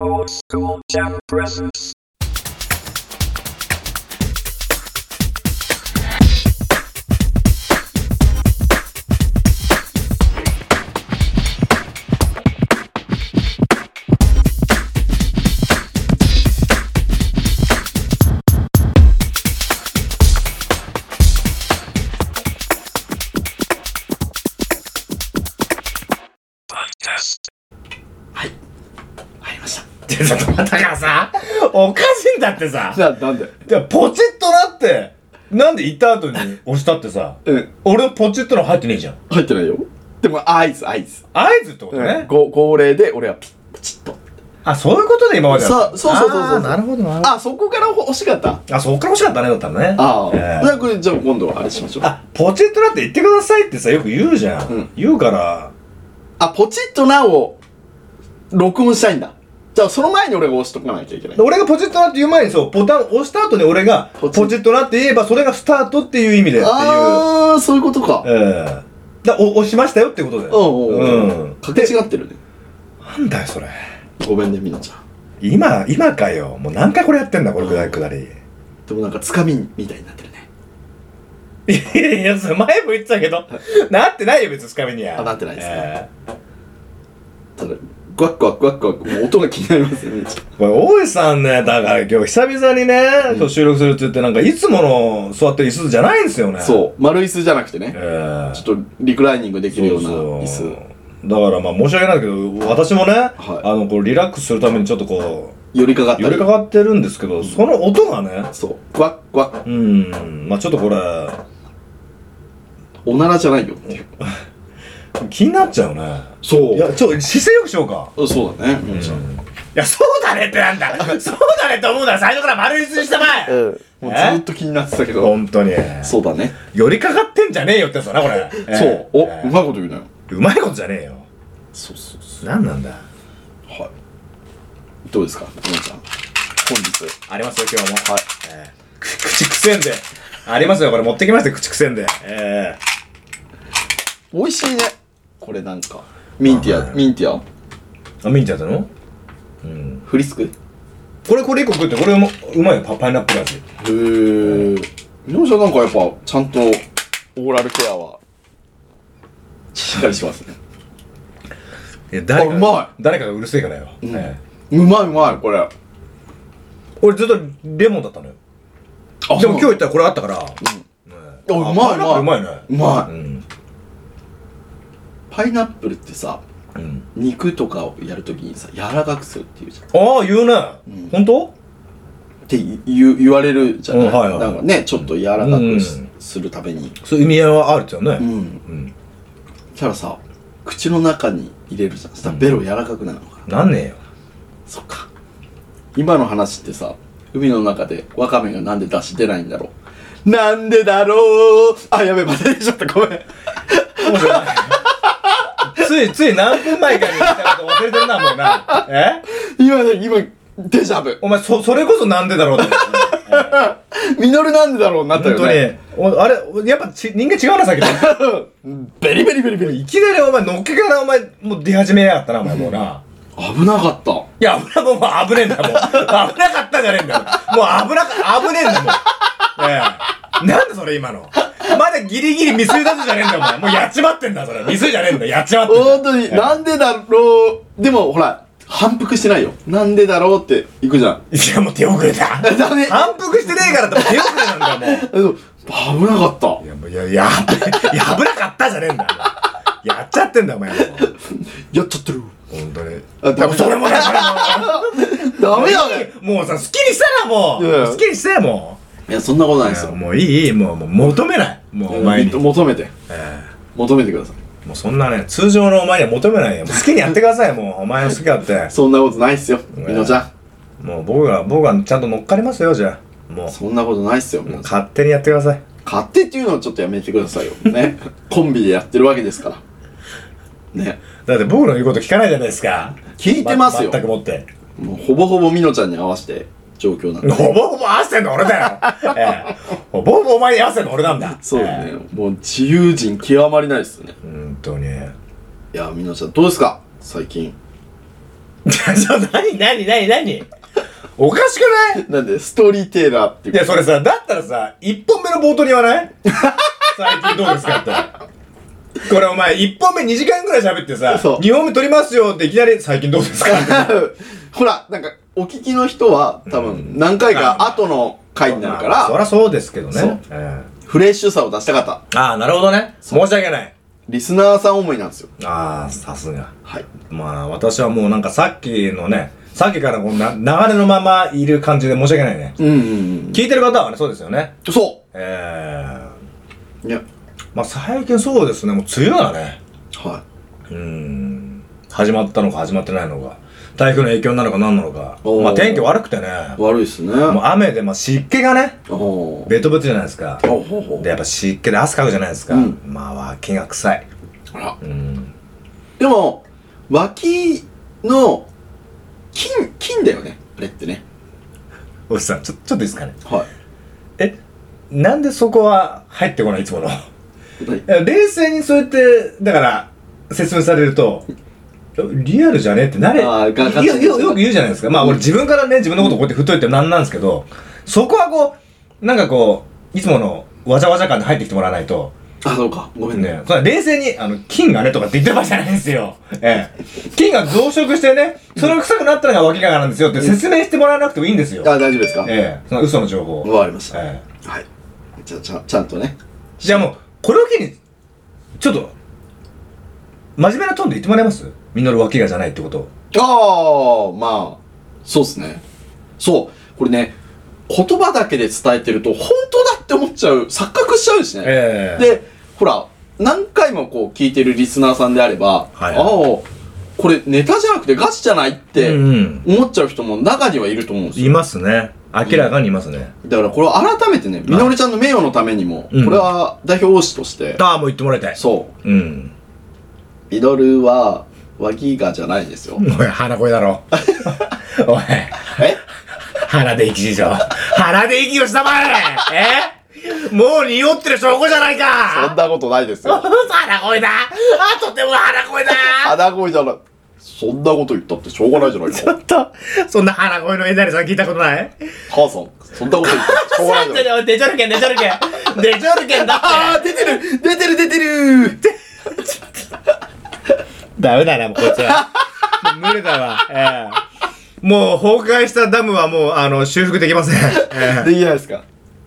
Old school jam presence. 入りました。で、ちょっと待ったからさ、おかしいんだってさ。な、なんででポチッとなって、なんで行った後に押したってさ、うん、俺ポチッとの入ってねえじゃん。入ってないよ。でも、合図、合図。合図ってことうんね。ご号令で、俺はピッ、プチッと。あ、そういうことで今までだったそうそうそうそうそうあーなるほどなるほど。あ、そこから欲しかった。あ、そっから欲しかったね、だったらね。ああ。えじゃあ、これ、じゃあ今度はあれしましょーう。あ、ポチッとなって言ってくださいってさ、よく言うじゃん。うん言うから、あ、ポチッとなを、録音したいんだ。じゃあ、その前に俺が押しとかなきゃいけないで。俺がポチッとなって言う前にそう、ボタンを押した後に俺が、ポポチチッッとなって言えば、それがスタートっていう意味だよっていう。ああ、そういうことか。ええ。だお押しましたよってことだうんうんよ。うん。かけ違ってるね。なんだよ、それ。ごめんね、みなちゃん。今、今かよ。もう何回これやってんだ、これくだりくだり。でもなんか、つかみみたいになってるね。いやいや、それ前も言ってたけど、なってないよ、別につかみには。あなってないですねえただ、グワッグワッグワッグワッグ、もう音が気になりますね、 みなちゃん。えこれ、大井さんね、だから今日久々にね、ん今日収録するって言って、なんかいつもの座ってる椅子じゃないんですよね。う。そう、丸椅子じゃなくてね。ええちょっとリクライニングできるようなそう椅そう子だからまあ申し訳ないけど、私もね、いあの、こうリラックスするためにちょっとこ寄りかかっう、た寄りりかかってるんですけど、その音がね、そうクワックワッうん、まあちょっとこれ、おならじゃないよっていう気になっちゃうね。そいや、ちょっと姿勢よくしようか。そうだねみなちゃんいや、そうだねってな んだそうだねって思うなら最初から丸椅子にしたまえもうずーっと気になってたけど本当に。そうだね寄りかかってんじゃねえよってやつだな、これ。そうおうままいこと言うなようまいことじゃねえよ。そうそうそなんなんだうはいどうですかみなちゃん本日ありますよ、今日も。はいえーく口くせんで。ありますよ、これ持ってきましたよ、口くせんで。え美味しいねこれなんかミンティあアミンティアー、あ、見に行っちゃったのうん。フリスクへこれ、これ一個食って、これもうまいよ、パパイナップル味。えみなちゃんなんかやっぱちゃんとオーラルケアはしっかりしますねいや、誰かあうまい誰かがうるせえからよ。んえーうまいうまいこれあ俺ずっとレモンだったのよ。でも今日行ったらこれあったから。そうああうまいうパイナップルうままいうまいね。いうん。パイナップルってさうん。肉とかをやるときにさ柔らかくするっていうじゃんっああ、言うね。うん本当て言う言われるじゃない,、うんはいはいなんかねちょっと柔らかくしうんするためにそういう意味合いはあるっちゃううね。んうん。たらさ口の中に入れるじゃんそしたらベロ柔らかくなるのかな、なんねえよ。そっか今の話ってさ海の中でワカメがなんで出汁出ないんだろうなんでだろうあやべまた出ちゃったごめんつい、つい何分前かに言ったこと忘れてるな、もうな。え今ね今デジャブお前、そ、それこそなんでだろうと思って。ミノルなんでだろうになった本よ当ねに。おあれ、おやっぱち人間違うな、さっきの。 うんベリベリベリベリいきなりお前、のっけからお前、もう出始めやがったな、お前もうな。危なかったいや、危な、もうもう危ねえんだ、 もう。危なかったじゃねえんだよ。もう危なか、危ねえんだ、もう。ええ。なんだそれ、今の。まだギリギリミス出すじゃねえんだよ、お前。もうやっちまってんだ、それ。ミスじゃねえんだよ、やっちまってんだよ本当に、なんでだろう。でも、ほら、反復してないよ。なんでだろうって行くじゃん。いや、もう手遅れだ。ダメ。反復してねえからってもう手遅れなんだよ、もえっと危なかったう。い。や、もう、いや、いや、いや危なかったじゃねえんだよ。お前やっちゃってんだよ、お前もう。やっちゃってる。本当に。あダメそれもな、それダメだもね。もう。もうさ、好きにしたらも。いやいうや好きにしてもいや、そんなことないですう。よ。もういい、もう、もう求めない。もうお前に。求めて。ええ求めてください。もうそんなね、通常のお前には求めないよ。もう好きにやってく ださい、もう。お前の好きだって。そんなことないっすよ。みのちゃもう僕が、僕がちゃんと乗っかりますよ、じゃあ。もん。そんなことないっすよ。う、もう皆さん勝手にやってください。勝手っていうのはちょっとやめてくださいよ。 ね。コンビでやってるわけですから。ね。だって僕の言うこと聞かないじゃないですか。聞いてますよ全くもって。もうほぼほぼみのちゃんに合わせて状況なんで。ほぼほぼ合わせてんの俺だ よ。ええ、ほぼほぼお前に合わせてんの俺なんだ。そうえだえね。もう自由人極まりないっすよね。本当に。 いや、みのちゃん、どうですか最近。ちょ、なになになになにおかしくないなんで、ストーリーテーラーっていういや、それさ、だったらさ、一本目の冒頭に言わない 最近どうですかって。これお前、一本目2時間ぐらい喋ってさそう、二本目撮りますよっていきなり、最近どうですかって。ほら、なんか、お聞きの人は、多分、何回か後の回になるかまあそりら、ゃそうですけどね。そうええフレッシュさを出したかった。ああ、なるほどね。申し訳ない。リスナーさん思いなんですよ。ああ、さすが。はい。まあ、私はもうなんかさっきのね、さっきからこんな流れのままいる感じで申し訳ないね。うんうん聞いてる方はね、そうですよね。うん。そええういや、まあ最近そうですね、もう梅雨だね。はうーん。始まったのか始まってないのか。台風の影響なのか何なのか。おーまあ天気悪くてね。い。悪いっすね。もう雨で、まあ湿気がね、おお。ベトベトじゃないですか。ほうほうほうで、やっぱ湿気で汗かくじゃないですか。うんまあ脇が臭い。あらうん。でも、脇の、金、金だよね。あれってね。おじさん、ちょ、ちょっといいですかね。はえ、なんでそこは入ってこないいつもの。い。はい冷静にそうやって、だから、説明されると、リアルじゃねえってなれ、あーががよよよく言うじゃないですか。まあうん俺自分からね、自分のことこうやって振っといてなんなんですけど、そこはこう、なんかこう、いつものわじゃわじゃ感で入ってきてもらわないと、あ、そうか。ごめんね。ね、それは冷静に、あの、菌がねとかって言ってる場合じゃないんですよ。ええ。菌が増殖してね、それが臭くなったのが脇がなんですよって説明してもらわなくてもいいんですよ。あ、大丈夫ですかええ。その嘘の情報。わかりました。ええ。はい。じゃあ、ちゃんちゃんとね。じゃあもう、これを機に、ちょっと、真面目なトーンで言ってもらえますみんなの脇がじゃないってことあを。あ、まあ、そうっすね。そう。これね、言葉だけで伝えてると、本当だって思っちゃう、錯覚しちゃうしね。えで、ほら、何回もこう聞いてるリスナーさんであれば、はいああ、これネタじゃなくてガチじゃないってうんうん思っちゃう人も中にはいると思うんですよ。いますね。明らかにいますね。だからこれを改めてね、みのりちゃんの名誉のためにも、うんこれは代表王子として、ああ、もう言ってもらいたい。。そうん。う、ミドルは、ワギガじゃないですよお。い、鼻声だろ。 おい、え鼻で息しろ。鼻で息をしたまええもう匂ってる証拠じゃないそんかなことないですよ。 鼻声だあ、とても鼻声だ鼻声じゃない。そんなこと言ったってしょうがないじゃないちょか。っと、そんな鼻声のえなりさん聞いたことない母さん、そんなこと言ったってしょうがないじゃ ないか。おい出ちゃるけん、出ちゃるけ ん。出ちゃるけんだって。あー、出てる出てる出てるダメだな、もうこいつは。もう無理だわ。ええもう崩壊したダムはもう、あの、修復できません。えできないですか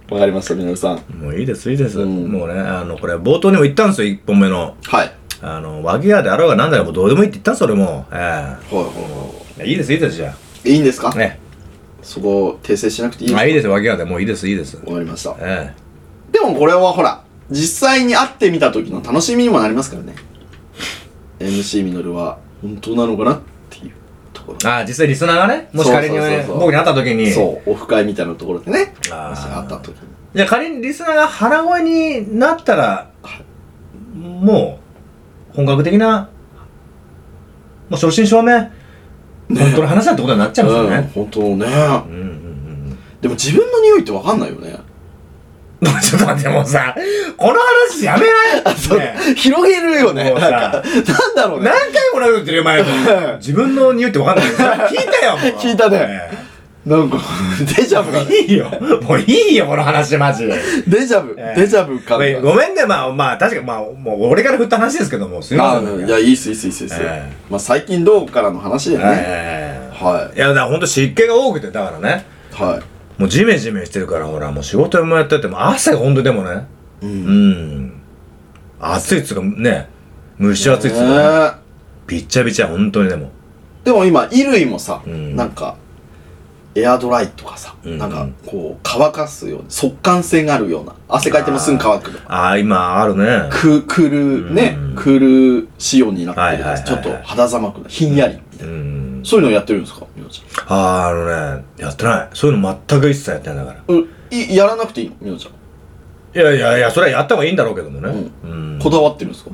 わかりました、みのりさん。えもういいです、いいです。うんもうね、あの、これ冒頭にも言ったんですよ、一本目の。はい。はいあの、和ギ屋であろうがなんだろうがもうどうでもいいって言ったんです、俺も。えはいはえいいです、いいです、じゃい。いいんですかあ。ね。そこ、訂正しなくていいあ、わいいです、和ギ屋で。もういいです、いいです。かりました。えでもこれはほら、実際に会ってみた時の楽しみにもなりますからね。MC みのるは、本当なのかなっていうところえ。ああ、実際リスナーがね、もし仮にそうそうそうねそう僕に会った時に、そう、オフ会みたいなところでね。あーもし会った時に。じゃあ仮にリスナーが腹声になったら、もう、本格的な、もう正真正銘、本当の話だってことになっちゃうんですよね。うん、本当ね。うんうんうんでも自分の匂いってわかんないよね。うん。 ちょっと待って、もうさ、この話やめ ないねえ広げるよね。もうさなんか、なんだろうね。何回も同じこと言ってる よ、前も。自分の匂いって分かんない。聞いたよ、もう。聞いたねなんか、デジャブが、えいいよ。もういいよ、この話、マジで。デジャブ、ええデジャブ感が。ごめんごめんね、まあ、まあ、確かに、まあ、もう俺から振った話ですけども、すいまあせあん。いや、いいっす、いいっす、いいっす。いいっすえまあ、最近どうからの話でね。ええはいや、だからほんと湿気が多くて、だからね、い。はもうジメジメしてるから、ほら、もう仕事もやってても、汗がほんとでもね、い。う。うんん、暑いっつうか、ね、蒸し暑いっつうか、ね、ねびっちゃびちゃ、ほんとにでも。でも今、衣類もさ、うんなんか、エアドライとかさ、うんなんか、こう、乾かすような、速乾性があるような、汗かいてもすぐ乾くの。ああ、今あるね。ククール、ねうん、クール仕様になってるはいはいやはいつ、ちょっと肌寒くなる、ひんやりみたいな。うん。そういうのやってるんですかみのちゃああ、あのね、やってない。そういうの全く一切やってないんだから。ん。うんいやらなくていいのみのちゃん。いやいやいや、それはやった方がいいんだろうけどもね。う。うんこだわってるんですか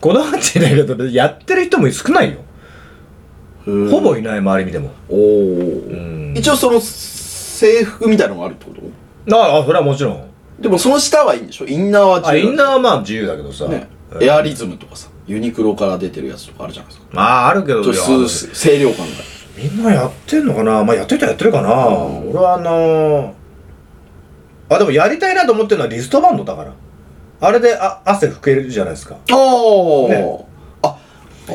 こだわってないけど、やってる人も少ないよ。ほほぼいない、周り見ても。おうーん。一応その制服みたいのがあるってことああ、それはもちろん。でもその下はいいんでしょインナーはあ、自由インナーはまあ自由だけどさ。ねえエアリズムとかさユニクロから出てるやつとかあるじゃないですか。まあ、あるけど、ちょっいやとす清涼感が。みんなやってんのかなまあ、やってる人はやってるかな、うん俺はあのーあ、でもやりたいなと思ってるのはリストバンドだから。あれであ汗拭けるじゃないですか。おー、ねあああ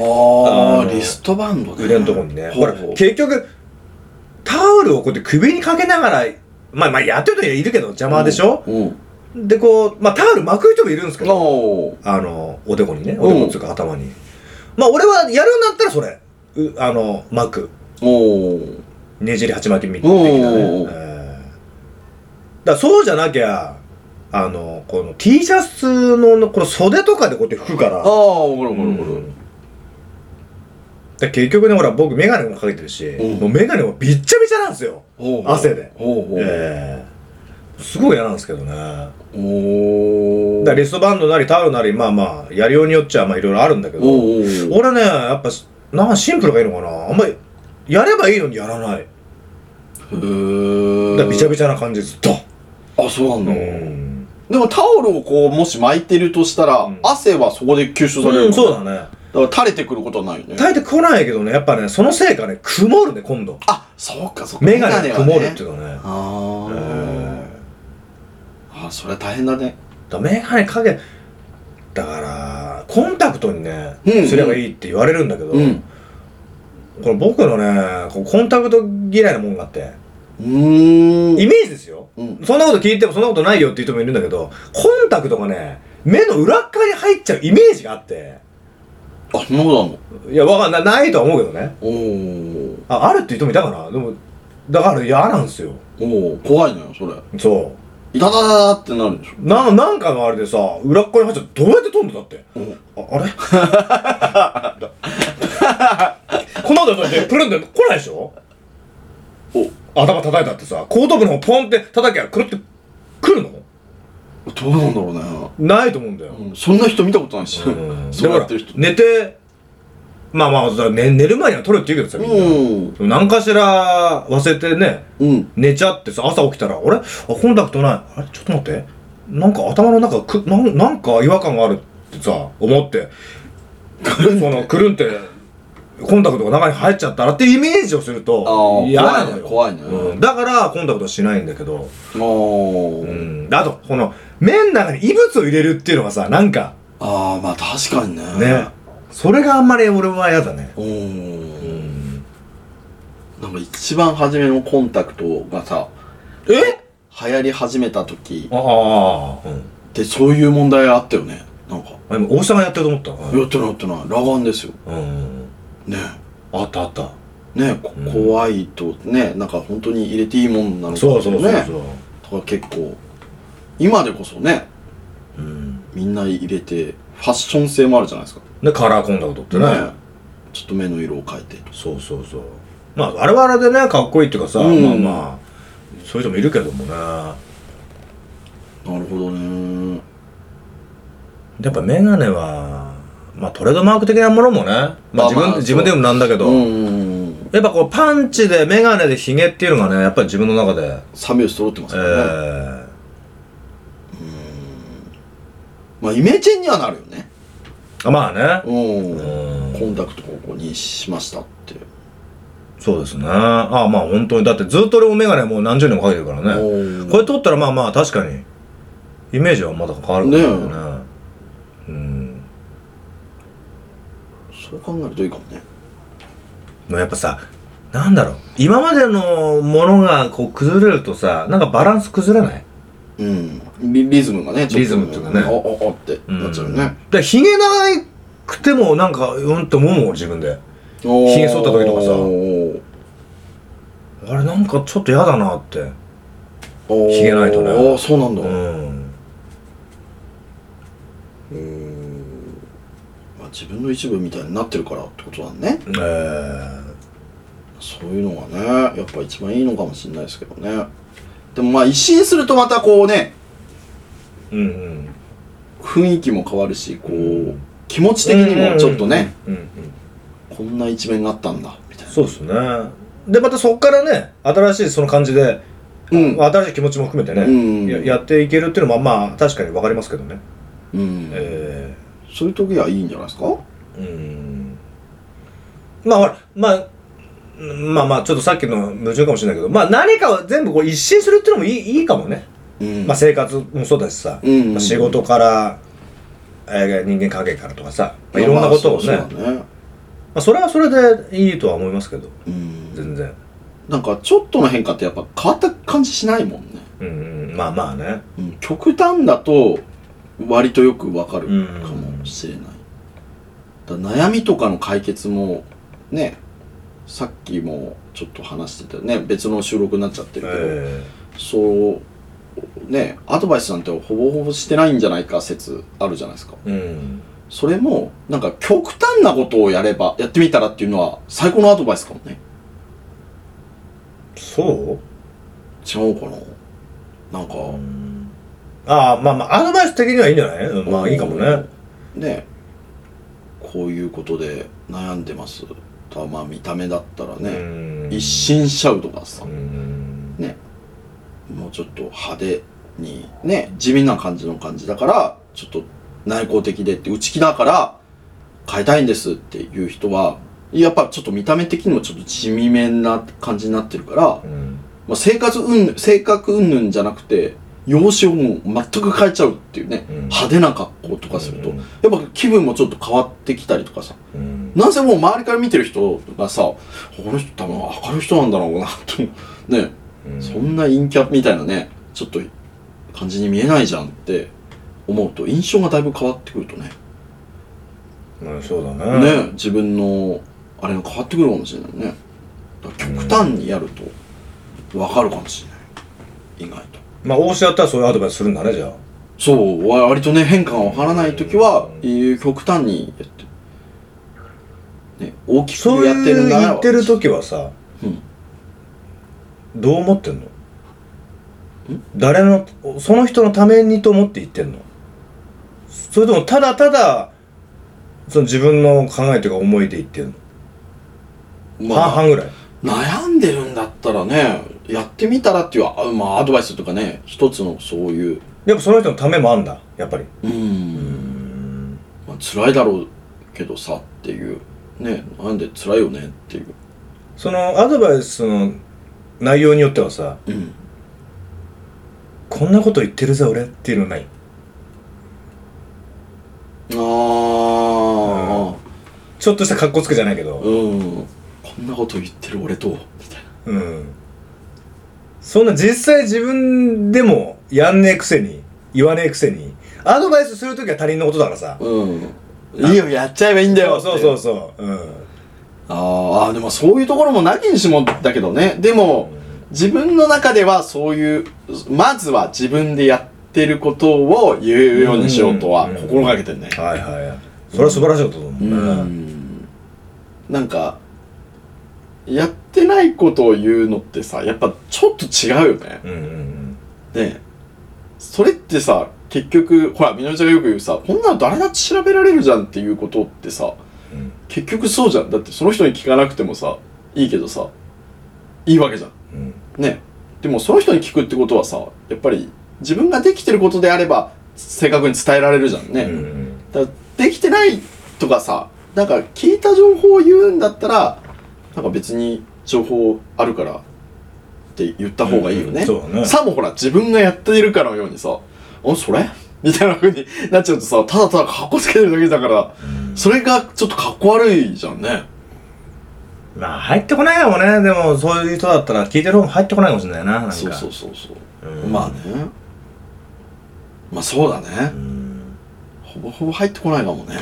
ーのリストバンドね腕のとこにね。ほほうらほう、結局、タオルをこうやって首にかけながら、まあまあやってる人はいるけど邪魔でしょ、うんで、こう、まあタオル巻く人もいるんですけど、おーあの、おでこにね、おでこっていうか頭に。まあ俺はやるんだったらそれ、うあの、巻く。おーねじり鉢巻きみたいなね。おーえーだからそうじゃなきゃ、あの、この T シャツの、この袖とかでこうやって拭くから。ああほらほらうんほらだから結局ね、ほら、僕、メガネもかけてるし、うんもうメガネもびっちゃびちゃなんですよ。おー汗でおーおーええすごい嫌なんですけどね。だかおーらリストバンドなりタオルなり、まあまあ、やりようによっちゃ、まあいろいろあるんだけおーど、おー俺ね、やっぱ、なんかシンプルがいいのかな。あんまり、やればいいのにやらない。へーだからびちゃびちゃな感じです。ドンあそうなんだ、うんでもタオルをこうもし巻いてるとしたら、ん汗はそこで吸収される、そうだだね。だから垂れてくることはないよね大抵来ないけどね、やっぱね、そのせいかね、曇るね、今度。あそうかそうかメガネがはね曇るっていうかね。あー、あそれは大変だねだからメガネかけ、だから、コンタクトにね、うんすればいいって言われるんだけど、うんこれ僕のね、こうコンタクト嫌いなもんがあって、うーんイメージですよ。うんそんなこと聞いてもそんなことないよっていう人もいるんだけど、コンタクトがね、目の裏っ側に入っちゃうイメージがあって、あそんなことあんのいや、わかんない、ないとは思うけどね。おーあ、あるっていう人もいたかな。でも、だから嫌なんですよ。おお怖いのよそれそう。いたたたたってなるでしょななんかのあれでさ裏っ側に入っちゃってどうやって飛んだんだってああれ この後だってプルンって来ないでしょ頭叩いたってさ後頭部の方ポンって叩きゃくるって来るのおどうなんだろうね、ないと思うんだよ、うん、そんな人見たことないし、だ そうかやっらてる人寝てまあまあ、だからね、寝る前には取れって言うけどさみんな、うん何かしら忘れてねうん寝ちゃってさ朝起きたらあれあコンタクトないあれちょっと待ってなんか頭の中くなんなんか違和感があるってさ思って そのくるんってコンタクトが中に入っちゃったらっていうイメージをするとあー嫌なのよ怖いね怖いねうんだからコンタクトはしないんだけど、おうーん、あとこの面の中に異物を入れるっていうのがさなんかああまあ確かにねねそれがあんまり俺は嫌だねおうーんなんか一番初めのコンタクトがさえ流行り始めた時ああ、うんってそういう問題あったよねなんかあ、今大阪やってると思ったやってないやってない裸眼ですようんねあったあったねこうん怖いとねなんか本当に入れていいもんなのかそうそうそうそねう、だから結構今でこそねうんみんな入れてファッション性もあるじゃないですかでカラーコンタクトってねねちょっと目の色を変えてとそうそうそうまあ我々でねかっこいいっていうかさ、うんまあまあそういう人もいるけどもねなるほどねやっぱ眼鏡はまあトレードマーク的なものもね、ままあ、あ自分、そう自分でもなんだけど、うんうんうんやっぱこうパンチで眼鏡でヒゲっていうのがねやっぱり自分の中で、サ拍子揃ってますえからね、ーまあイメチェンにはなるよねあまあね、うんうんコンタクトをここにしましたってそうですねああまあ本当にだってずっと俺も眼鏡もう何十年もかけてるからねおこれ取ったらまあまあ確かにイメージはまだ変わるかもしれないねうんそう考えるといいかもねもうやっぱさなんだろう今までのものがこう崩れるとさなんかバランス崩れないうんリリズムがねちょっとリズムっていうかねあああってなっちゃうよね、でひげ長くてもなんかうんと思うもん俺自分でおー髭剃った時とかさおーあれなんかちょっと嫌だなっておーひげないとねああそうなんだ、うんまあ、自分の一部みたいになってるからってことだねえー、そういうのがねやっぱ一番いいのかもしれないですけどねでもまあ一新するとまたこうねうんうん雰囲気も変わるしこう気持ち的にもちょっとね、うんうんこんな一面があったんだみたいなそうですねでまたそっからね新しいその感じで、うんまあ新しい気持ちも含めてね、うんややっていけるっていうのもまあ確かに分かりますけどね、うん、えそういう時はいいんじゃないですかうんまあほらまあうんまあまあちょっとさっきの矛盾かもしれないけどまあ何かを全部こう一新するっていうのもいいいいかもね、うんまあ、生活もそうだしさ、うんうんうんまあ仕事から、えー人間関係からとかさ、まあ、まいあろんなことをね,、まあまそうそうだねあ、それはそれでいいとは思いますけどうん全然なんかちょっとの変化ってやっぱ変わった感じしないもんね、うんうんまあまあねうん、極端だと割とよくわかるかもしれない、だから悩みとかの解決もねさっきもちょっと話してたね別の収録になっちゃってるけど、えそうねアドバイスなんてほぼほぼしてないんじゃないか説あるじゃないですかえうんそれもなんか極端なことをやればやってみたらっていうのは最高のアドバイスかもねそう違うかななんかああまあまあアドバイス的にはいいんじゃない、うんまあいいかもねねこういうことで悩んでますとはまあ見た目だったらうね、ん一新しちゃうとかさうんねもうちょっと派手にね地味な感じの感じだからちょっと内向的でって内気だから変えたいんですっていう人はやっぱちょっと見た目的にもちょっと地味めな感じになってるから、うんまあ、生活うん性格うんぬんじゃなくて容姿をもう全く変えちゃうっていうね、うん派手な格好とかすると、うんやっぱ気分もちょっと変わってきたりとかさうんなんせもう周りから見てる人がさこの人多分明るい人なんだろうなとね、うんそんな陰キャみたいなねちょっと感じに見えないじゃんって思うと印象がだいぶ変わってくるとね,、うんそうだねね自分のあれが変わってくるかもしれないねだから極端にやると分かるかもしれない意外と。まあ大志だったらそういうアドバイスするんだねじゃあそうわ割とね変化がわからない時は、いう極端にやって、ね、大きくそうやっているうんだ言ってる時はさ、うんどう思ってんの誰のその人のためにと思って言ってんのそれともただただその自分の考えというか思いで言ってんの、半まあ、々ぐらい悩んでるんだったらねやってみたらっていうあまあアドバイスとかね一つのそういうやっぱその人のためもあんだやっぱりうん、まあ、辛いだろうけどさっていうねなんで辛いよねっていう、そのアドバイスの内容によってはさうん、こんなこと言ってるぜ俺っていうのないああちょっとした格好つくじゃないけどうんこんなこと言ってる俺とみたいなうんそんな実際自分でもやんねえくせに言わねえくせにアドバイスする時は他人のことだからさうんいいよやっちゃえばいいんだよそっうてそうそうそううんあーあーでもそういうところもなきにしもだけどねでも自分の中ではそういうまずは自分でやってることを言うようにしようとはうんうん心がけてるねはいはいそれは素晴らしいことだもうんねなんかやってないことを言うのってさやっぱちょっと違うよねうんうんねそれってさ結局ほらみのりちゃんがよく言うさこんなの誰だって調べられるじゃんっていうことってさうん結局そうじゃんだってその人に聞かなくてもさいいけどさいいわけじゃんうんねでもその人に聞くってことはさやっぱり自分ができてることであれば正確に伝えられるじゃんね、うんうんだからできてないとかさなんか聞いた情報を言うんだったらなんか別に情報あるからって言った方がいいよね,、うんうんそうだねさもほら自分がやっているかのようにさ「あそれ?」みたいな風になっちゃうとさただただかっこつけてるだけだから、それがちょっとかっこ悪いじゃんねまあ入ってこないかもねでもそういう人だったら聞いてる方も入ってこないかもしれないななんかそうそうそうそう、うんまあねまあそうだね、うんほぼほぼ入ってこないかもね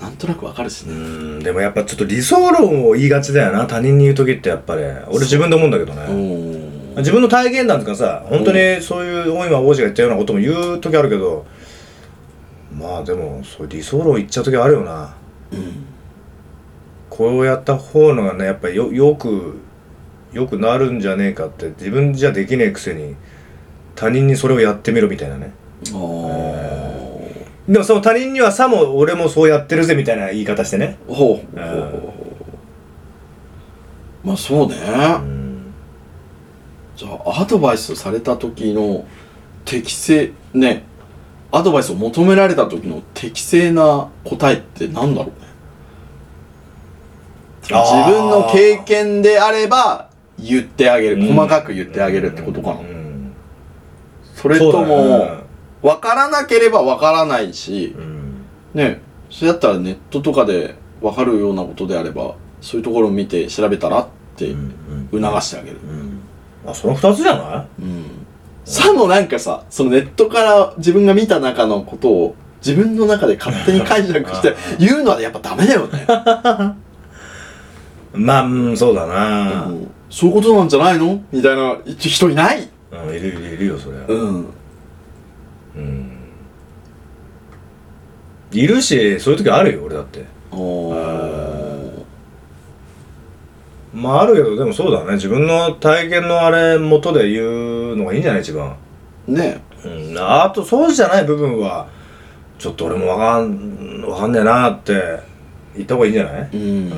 なんとなくわかるしうね、んでもやっぱちょっと理想論を言いがちだよな他人に言う時ってやっぱり俺自分で思うんだけどねうん自分の体験談とかさ本当にそういう今王子が言ったようなことも言う時あるけどまあでもそう理想論言っちゃう時あるよなうんこうやった方のがねやっぱりよよくよくなるんじゃねえかって自分じゃできねえくせに他人にそれをやってみろみたいなねあーでもその他人にはさも俺もそうやってるぜみたいな言い方してねほうほうほううんほうまあそうね、うんじゃあアドバイスされた時の適正ねアドバイスを求められた時の適正な答えってなんだろうね。自あー分の経験であれば、言ってあげる。細かく言ってあげるってことかなう。んそれとそうだもね、わからなければわからないし、うんね、それだったらネットとかでわかるようなことであれば、そういうところを見て調べたらってうん促してあげる。うんあその二つじゃないうん。さもなんかさ、そのネットから自分が見た中のことを自分の中で勝手に解釈して言うのはやっぱダメだよね。まあ、うん、そうだな、うんそういうことなんじゃないのみたいな人いないうん、いるいるいるよそりゃうん。うんいるしそういう時あるよ俺だっておーまああるけどでもそうだね自分の体験のあれ元で言うのがいいんじゃない一番ねうんあとそうじゃない部分はちょっと俺もわかんわかんねえなって言った方がいいんじゃないうんう。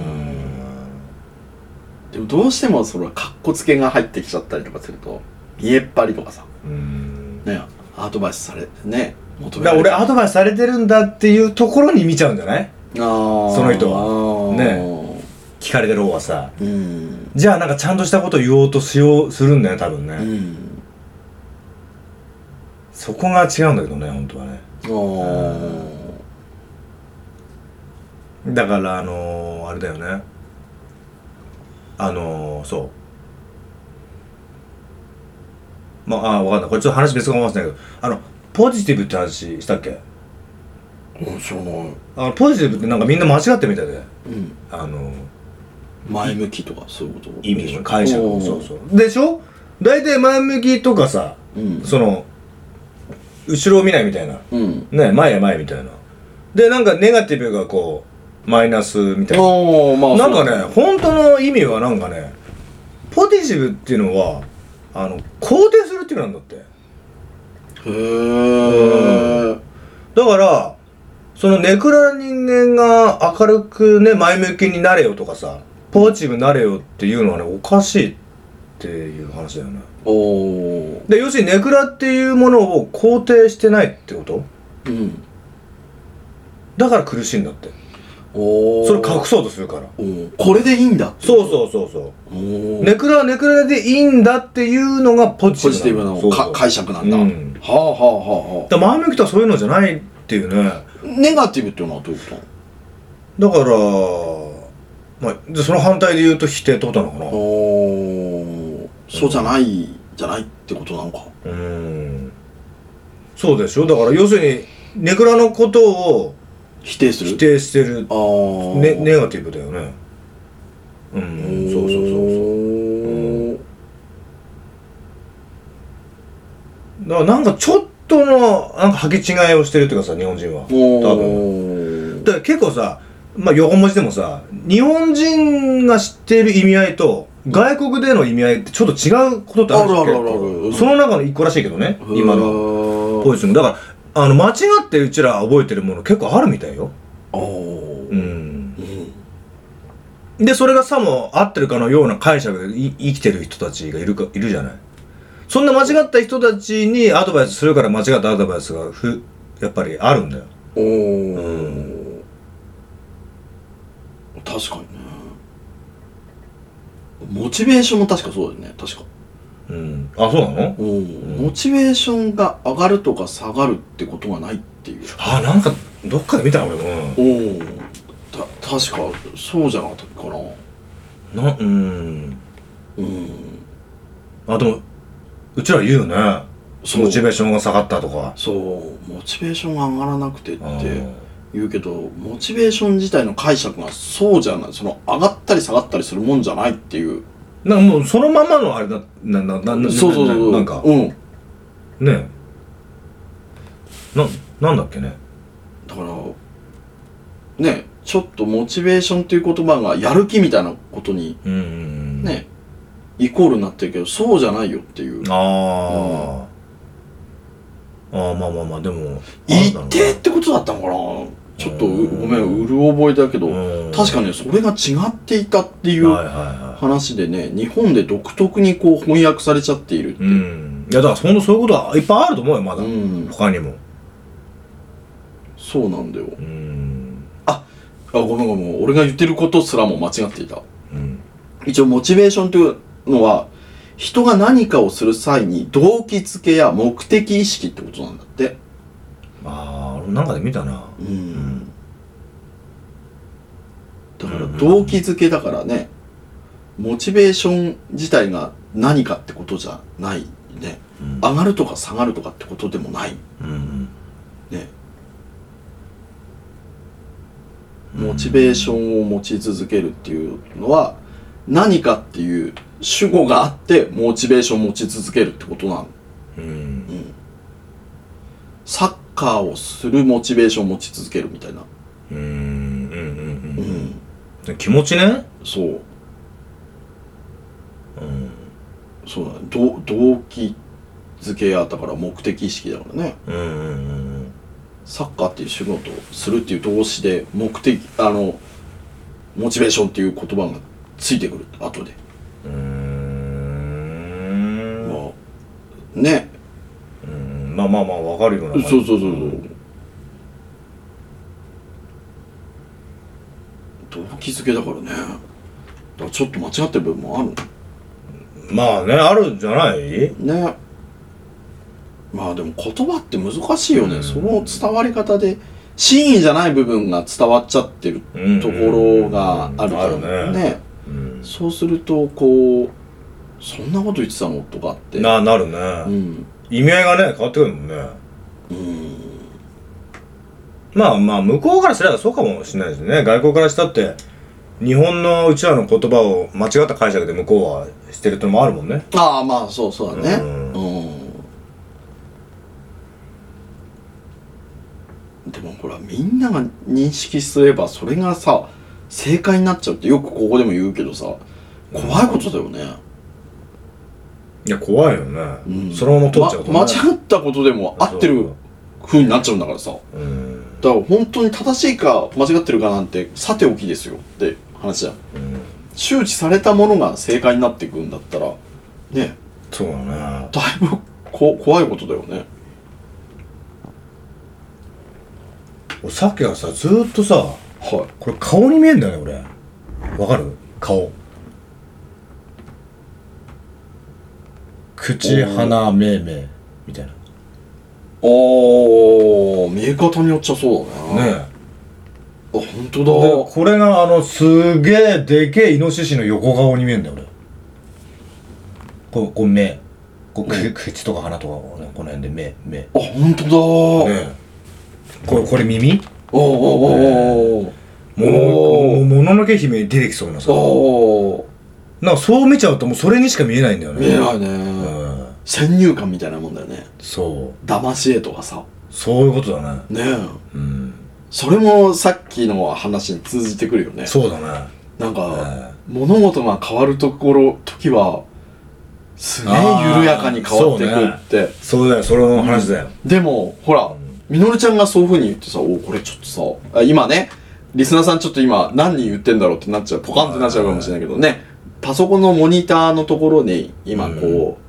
でもどうしてもそのカッコつけが入ってきちゃったりとかすると、見えっ張りとかさ、うんね、アドバイスされてね、求だから俺アドバイスされてるんだっていうところに見ちゃうんじゃないそその人はね聞かれてる方はさうん。じゃあなんかちゃんとしたことを言おうとしようするんだよね多分ね、うん。そこが違うんだけどね本当はねあーだからあのー、あれだよねあのー、そうまああ分かんないこれちょっと話別かもしれないけどあのポジティブって話したっけうん、しょうがない。あのポジティブってなんかみんな間違ってるみたいでうん。あのー、前向きとかそういうこと意味解釈おーそうそうでしょ大体前向きとかさうん。その後ろを見ないみたいなうん。ね前や前みたいなでなんかネガティブがこうマイナスみたいなああ、まあ。なんかそうだね、本当の意味はなんかね、ポジティブっていうのは、あの、肯定するっていう意味なんだって。へー。だから、そのネクラな人間が明るくね、前向きになれよとかさ、ポジティブになれよっていうのはね、おかしいっていう話だよね。おお。で、要するにネクラっていうものを肯定してないってことうん。だから苦しいんだって。おお。それ隠そうとするから。おーこれでいいんだ。そうそうそうそう。おお。ネクラはネクラでいいんだっていうのがポジティポブジティブなののか解釈釈なんだ。うはんあはあはだから前向きとはそういうのじゃないっていうねだあかはあ。ネガティブっていうのはどういうこら、まあ、じゃあその反対で言うと否定ってことなのかなとおお。そうじゃない、じゃないってことなのか。うーんそうでしょだから要するにネクラのことを否定する否定してるああ。ね、ネガティブだよねうんそうそうそうそうそう。だからなんかちょっとのなんか履き違いをしてるっていうかさ日本人は多分分だから結構さまあ横文字でもさ日本人が知っている意味合いと外国での意味合いってちょっと違うことってあるじゃんあるあるあ結構るあるその中の一個らしいけどね今ののポジションだからあの間違ってうちら覚えてるもの結構あるみたいよあーうんうんでそれがさも合ってるかのような解釈でい生きてる人たちがいるかいるじゃないそんな間違った人たちにアドバイスするから間違ったアドバイスがふやっぱりあるんだよおーう確かにねモチベーションも確かそうだよね確かうんあそうなのうんモチベーションが上がるとか下がるってことがないっていうあなんかどっかで見たな俺もおおた確かそうじゃなかったかななうんうんあでもうちら言うよねそうモチベーションが下がったとかそうモチベーションが上がらなくてっうんて言うけどモチベーション自体の解釈がそうじゃないその上がったり下がったりするもんじゃないっていうなんかもうそのままのあれだななななそうそうそうななんかうんねえななんだっけねだからねちょっとモチベーションっていう言葉がやる気みたいなことにうんうんうんね、イコールになってるけどそうじゃないよっていうああ、ああまあまあまあでも一定ってことだったのかなちょっとううんごめんうる覚えだけど確かににねそれが違っていたっていはいうはいは話でね日本で独特にこう翻訳されちゃっているっていうんいやだからほんとそういうことはいっぱいあると思うよまだ、うん他にもそうなんだようんあごめんごめん俺が言ってることすらも間違っていたうん一応モチベーションというのは人が何かをする際に動機づけや目的意識ってことなんだってああ俺なんかで見たなうんだからうんうん動機づけだからねモチベーション自体が何かってことじゃないねうん上がるとか下がるとかってことでもないうんねモチベーションを持ち続けるっていうのは何かっていう主語があってモチベーションを持ち続けるってことなのうんサッカーをするモチベーションを持ち続けるみたいなうんうんうんううんんうん気持ちねそううんそうだね動動機づけやだから目的意識だからねうんうんうんサッカーっていう仕事をするっていう動詞で目的あのモチベーションっていう言葉がついてくる後で、うーんまあねうんまあまあまあわかるようなそうそうそうそう、動機づけだからねだからちょっと間違ってる部分もあるまあねあるんじゃないねまあでも言葉って難しいよね、うんその伝わり方で真意じゃない部分が伝わっちゃってるうんところがあるからうんあるねうんそうするとこうそんなこと言ってたのとかってななるうねん意味合いがね変わってくるもんねうんまあまあ向こうからすればそうかもしれないですね外国からしたって日本のうちらの言葉を間違った解釈で向こうはしてるってのもあるもんねああまあそうそうだねうんうんでもほらみんなが認識すればそれがさ正解になっちゃうってよくここでも言うけどさ怖いことだよね、いや怖いよね、うんそのまま通っちゃうとねま間違ったことでも合ってる風になっちゃうんだからさだかうんら本当に正しいか間違ってるかなんてさておきですよって話だうん周知されたものが正解になっていくんだったらねそうだねだいぶこ怖いことだよね俺さっきからさずーっとさはこれ顔に見えんだよね俺わかる顔口おー鼻目目みたいないおー見え方によっちゃそうだねねえあ本で当これがあのすげえでけえイノシシの横顔に見えんだよ俺こうこう目こうく口とか鼻とかこうねこの辺で目目ねだあ本当だ、えこれこれ耳おーおーものおーもののけ姫に出てきそうなおーさおーなんかそう見ちゃうともうそれにしか見えないんだよね見えないね、うん先入観みたいなもんだよねそう騙し絵とかさそういうことだねねえうんそれもさっきの話に通じてくるよねそうだねなんか、え物事が変わるところ時はすげえ緩やかに変わってくるって、えそうだよそれの話だよでもほらんみのるちゃんがそういうふうに言ってさおこれちょっとさあ今ねリスナーさんちょっと今何人言ってんだろうってなっちゃうポカンってなっちゃうかもしれないけどねパソコンのモニターのところに今こう、ね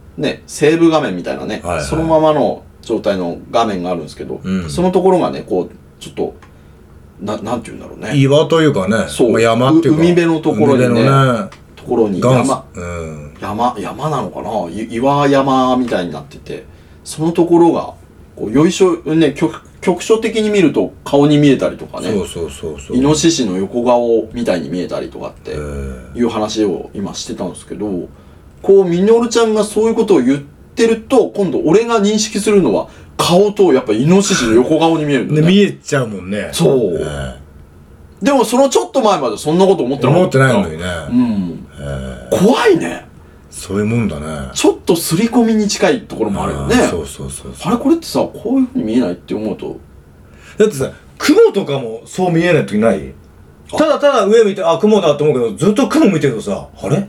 セーブ画面みたいなね、はいはいそのままの状態の画面があるんですけど、うんそのところがねこうちょっとななんて言うんだろうね岩というかねそうまあ山っていうかう海辺のところにね海辺のねところに元山祖うん山山なのかない岩山みたいになっててそのところがこうよいしょね局局所的に見ると顔に見えたりとかねそうそうそうそうイノシシの横顔みたいに見えたりとかってえいう話を今してたんですけどこうみのるちゃんがそういうことを言ってると今度俺が認識するのは顔とやっぱイノシシの横顔に見えるんだえでよね見えちゃうもんねそうえでもそのちょっと前までそんなこと思っえてなか思っったてないのにねうんええ怖いねそういうもんだねちょっと刷り込みに近いところもあるよねうんそうそうそうそあうれこれってさこういうふうに見えないって思うとだってさ雲とかもそう見えない時ないあただただ上見てあ雲だと思うけどずっと雲見てるとさあれ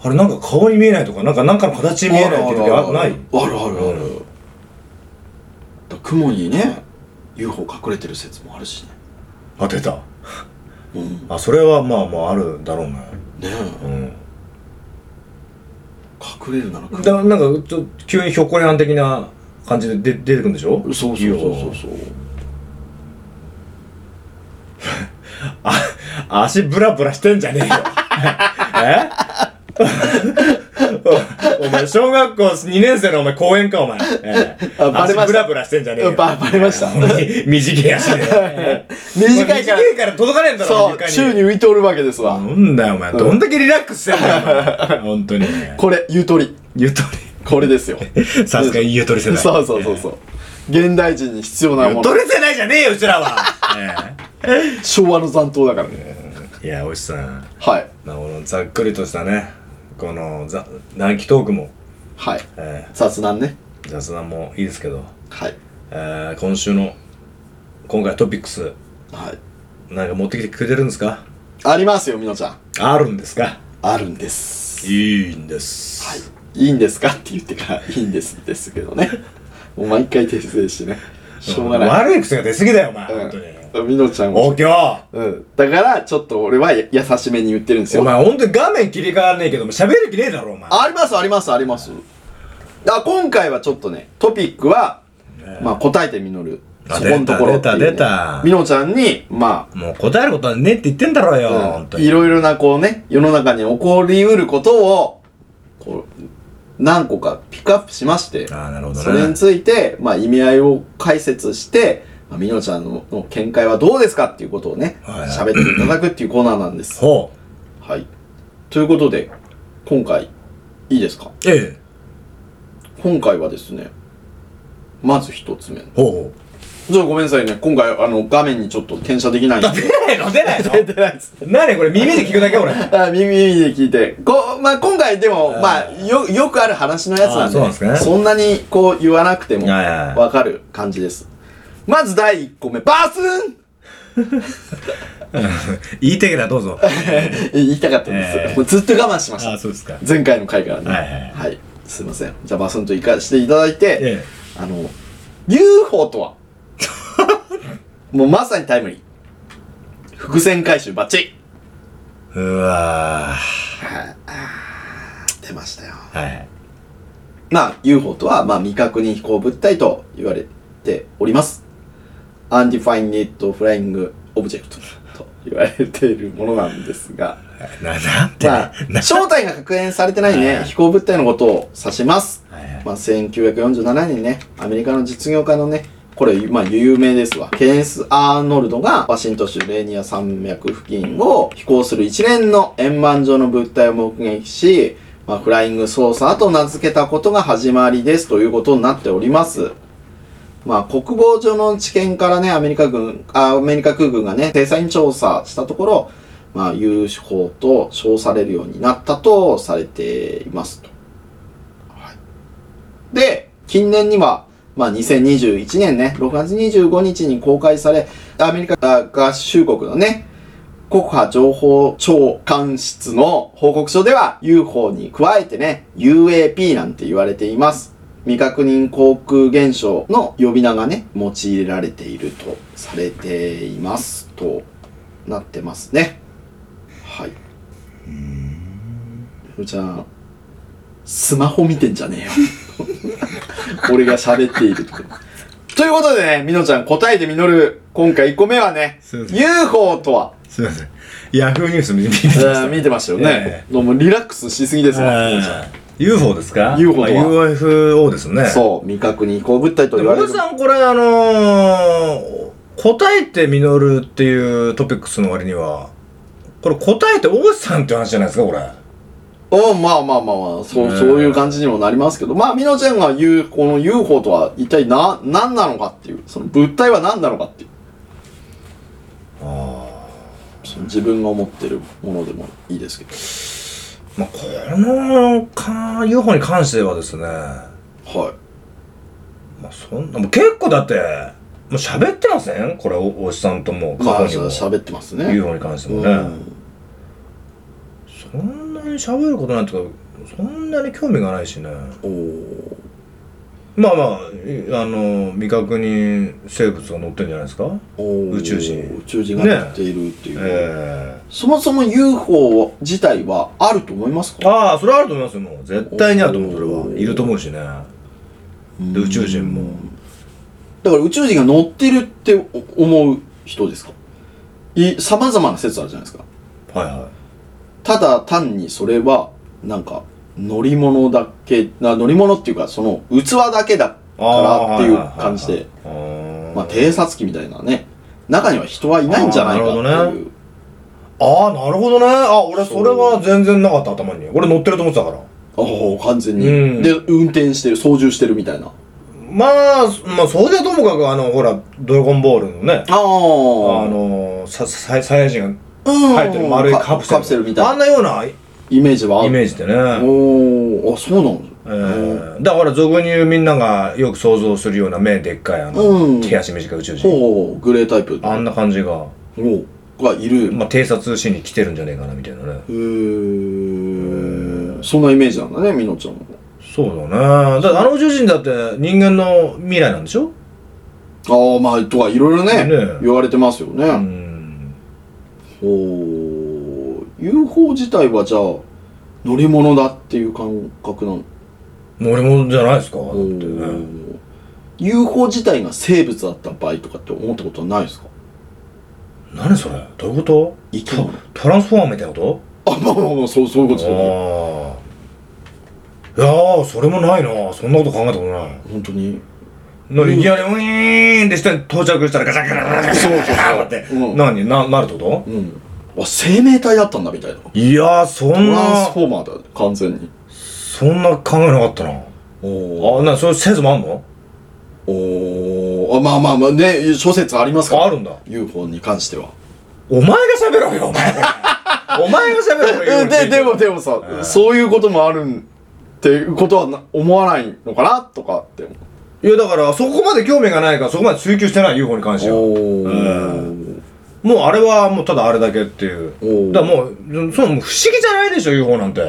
あれなんか顔に見えないとかなんかなんかの形に見えないっていう時あないあるあるある、うだ雲にね UFO 隠れてる説もあるしねあ出たうんあそれはまあまああるだろうねねえうん隠れるなら雲だからなんかちょっと急にひょっこりはん的な感じで出出てくるんでしょそうそうそうそううそう足ブラブラしてんじゃねえよ。え おお前、小学校2年生のお前、公園か、お前。ええあバレました足ブラブラしてんじゃねえよ。ばバレましたほんとに短い足で。短いからお前短いから届かねえんだろ、そう床宙に浮いておるわけですわなんだよ、お前。どんだけリラックスしてんだよ、お前。ほんとに。これゆとりゆとこれです より。さすがゆとり世代。そうそうそうそう現代人に必要なゆもとのり世代じゃねえよ、うちらは。え昭和の残党だからねえいや、おじさん。はいまあ、このざっくりとしたね、このざ短期トークも、はいえ雑談ねー、雑談もいいですけど、はいえー、今週の、今回トピックス、はいなんか持ってきてくれてるんですかありますよみのちゃんあるんですかあるんですいいんです。はい。いいんですかって言ってからいいんですですけどねもう毎回訂正してねしょうがない悪い癖が出すぎだよ、お前。うん本当に。みのちゃんおも、きょううん、だからちょっと俺はや優しめに言ってるんですおよ前ほんとに画面切り替わんねえけども喋る気ねえだろお前ありますありますありますあ今回はちょっとねトピックは、まあ、答えてみのるあそこのところっていう、ね、出た出たみのちゃんにまもう答えることはねえって言ってんだろうよ、あ、ほんとうんにいろいろなこうね世の中に起こりうることをこう何個かピックアップしましてああなるほそどれにねついて、まあ、意味合いを解説して、まあ、みのちゃんのの見解はどうですかっていうことをね、はいはい喋っていただくっていうコーナーなんです。ほはい。ということで、今回、いいですかうええ今回はですね、まず一つ目。ちょほうほっとごめんなさいね。今回、あの、画面にちょっと転写できないんうで。出ないの出ないの 出てないです。何これ耳で聞くだけ 俺あ耳耳で聞いて。こまあ、今回でも、まあ、よ、よくある話のやつなんで、あそうなんですねそんなにこう言わなくても、はいはいわかる感じです。まず第1個目、バス ン言いたいけどど うぞ言いたかったんです。ええもうずっと我慢しましあた。そうですか前回の回からね。はいはいすいません。じゃあバスンと行かせていただいて、えあの、UFO と はもうまさにタイムリー。伏線回収バッチリえうわー出ましたよ。はいまあ、UFO とは、まあ、未確認飛行物体と言われております。アンディファイニットフライングオブジェクトと言われているものなんですが、ななんて、まなあ、正体が確認されてないね、飛行物体のことを指します。はいはいまあ、1947年にね、アメリカの実業家のね、これ、まあ、有名ですわ。ケネス・アーノルドが、ワシントン州レーニア山脈付近を飛行する一連の円盤状の物体を目撃し、まあ、フライングソーサーと名付けたことが始まりですということになっております。まあ、国防上の知見からね、アメリカ軍、あアメリカ空軍がね、偵査員調査したところ、まあ、UFO と称されるようになったとされていますと。で、近年には、まあ、2021年ね、6月25日に公開され、アメリカ合衆国のね、国家情報長官室の報告書では UFO に加えてね、UAP なんて言われています。未確認航空現象の呼び名がね、用いられているとされています。となってますね。はい。ふーちゃん、スマホ見てんじゃねえよ。 俺が喋っていると。ということでね、みのちゃん答えてみのる、今回1個目はねすいま、せん UFO とは、すいませんヤフーニュース見てみましえたー見てましたよね。どうもリラックスしすぎですね。みのちゃんあー UFO ですか UFO とはまあ UFO ですねそう、未確認飛行物体と言でもわれ小る田。さんこれあのー、答えて実るっていうトピックスの割にはこれ答えて大内さんっていう話じゃないですかこれおまあまあまあまあ、そう、ねそういう感じにもなりますけど、まあ、みのちゃんが言う、この UFO とは一体な、何なのかっていう、その物体は何なのかっていう。その自分が思ってるものでもいいですけまあ、このか UFO に関してはですね、まど。はい。あ、そんなもう結構だってもう喋ってませんこれおおじさんともま過あ、去にも、喋ってますね。 UFO に関してもね、うんそんなに喋ることなんていうかそんなに興味がないしねおーまあまあいあの未確認生物が乗ってんじゃないですかおー宇宙人宇宙人がやっているっていう、えそもそも UFO 自体はあると思いますえかああそれはあると思いますよもう絶対にあると思うそれおーはいると思うしねで宇宙人もだから宇宙人が乗ってるって思う人ですかいさまざまな説あるじゃないですかはいはただ単にそれはなんか乗り物だけな乗り物っていうかその器だけだい。からっていう感じで、あーまあ、偵察機みたいなね中には人はいないんじゃないかってあーなるほいう、あー、なるほどね。あ、俺それは全然なかった頭に。俺乗ってると思ってたから。ああ完全に、うんで運転してる操縦してるみたいなまあ、まあ、そうじゃともかく、あの、ほら、ドラゴンボールのね、あああの、さ、さ、サイヤ人うんが入ってる丸いカプセル。カプセルみたあいんななようなイイメージはあるメージでね。おーあそうなんですえーだから俗に言うみんながよく想像するような目でっかいあうのん手足短い宇宙人ほうグレータイプあんな感じがおうがいる、まあ偵察しに来てるんじゃねえかなみたいなねへーそんなイメージなんだねみのちゃんもそうだねだってあの宇宙人だって人間の未来なんでしょああまあとかいろいろねね言われてますよね、うんおー UFO 自体はじゃあ乗り物だっていう感覚なの乗り物じゃないですかだってねおー UFO 自体が生物だった場合とかって思ったことはないですか何それどういうこと生き物トランスフォーマーみたいなこあまあまあまあそうそういうこととですよねああいやーそれもないなそんなこと考えたことない本当になんかいきなりウィーンって下に到着したらガチャガチャガチャガチャガチャってうん何ななるってことうんあ生命体だったんだみたいないやー、そトんランスな、フォーマーだよ完全にそんな考えなかったな。おーあ、な、そういう説もあんのおーあまあまあまあね諸説ありますからああるんだ。 UFO に関してはお前が喋ろうよ、お前。お前が喋ろうよ。えででもでもさ、うんそういうこともあるんっていうことはな思わないのかなとかって思ういや、だから、そこまで興味がないから、そこまで追求してない、UFO に関しては。おーもう、あれは、もう、ただあれだけっていう。おーだからもう、その、もう不思議じゃないでしょ、UFO なんて。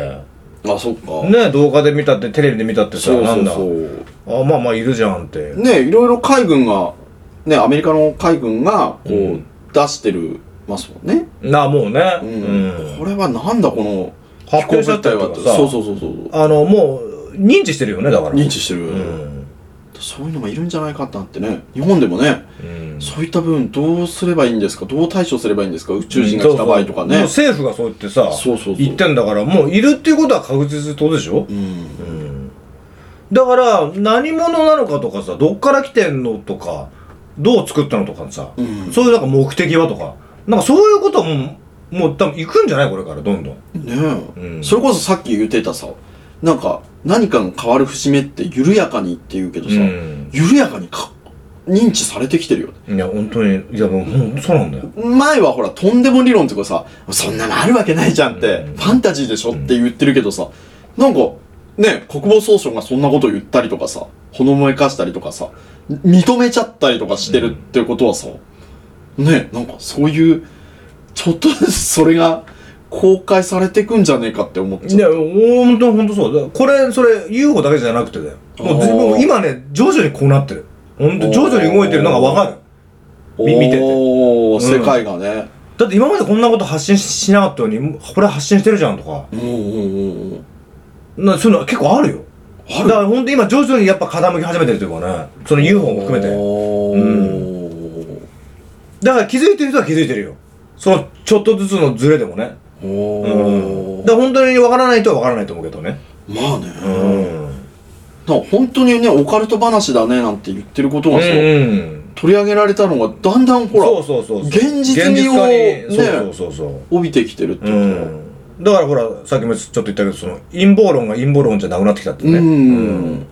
あそっか、ね動画で見たって、テレビで見たってさ、そうなそんうだ。そうあ、まあまあ、いるじゃんって。ねいろいろ海軍がねアメリカの海軍がこう、うん出してるますもんね、な、もうね。ううんん。これはなんだこの発表しちゃったりとか飛さ行物体はそうそうそうそうあの、もう、認知してるよね、だから。認知してる、うん。そういうのがいるんじゃないかってなってね日本でもねうんそういった部分どうすればいいんですかどう対処すればいいんですか宇宙人が来た場合とかね、もう政府がそう言ってさそうそうそう言ってんだからもういるっていうことは確実ってことでしょ、うんうん、だから何者なのかとかさどっから来てんのとかどう作ったのとかさ、うんそういうなんか目的はとかなんかそういうことももう多分行くんじゃないこれからどんどんねえ、うんそれこそさっき言ってたさなんか何かの変わる節目って緩やかにって言うけどさ、うん緩やかにか認知されてきてるよねいや本当にいやもうほんとそうなんだよ前はほらとんでも理論とかさそんなのあるわけないじゃんって、うんファンタジーでしょって言ってるけどさなんかね国防総省がそんなこと言ったりとかさほのめかしたりとかさ認めちゃったりとかしてるってことはさ、ねなんかそういうちょっとずつそれが公開されてくんじゃねえかって思っいちゃうや本当本当そうだこれそれ UFO だけじゃなくてだよもうずあー今ね徐々にこうなってる本当徐々に動いてるのがわかるみ見てておーうん世界がね、だって今までこんなこと発信しなかったのにこれ発信してるじゃんとかうん、うんうんうんなそういうの結構あるよあだから本当今徐々にやっぱ傾き始めてるというかねその UFO も含めておーだから気づいてる人は気づいてるよそのちょっとずつのズレでもねおうーんだから本当にわからない人はわからないと思うけどねまあね、うんなんか本当にねオカルト話だねなんて言ってることがさ、うん取り上げられたのがだんだんほらそうそうそうそう現実味を現実化にねそうそうそうそう帯びてきてるってういうか、んだからほらさっきもちょっと言ったけどその陰謀論が陰謀論じゃなくなってきたってねうんうん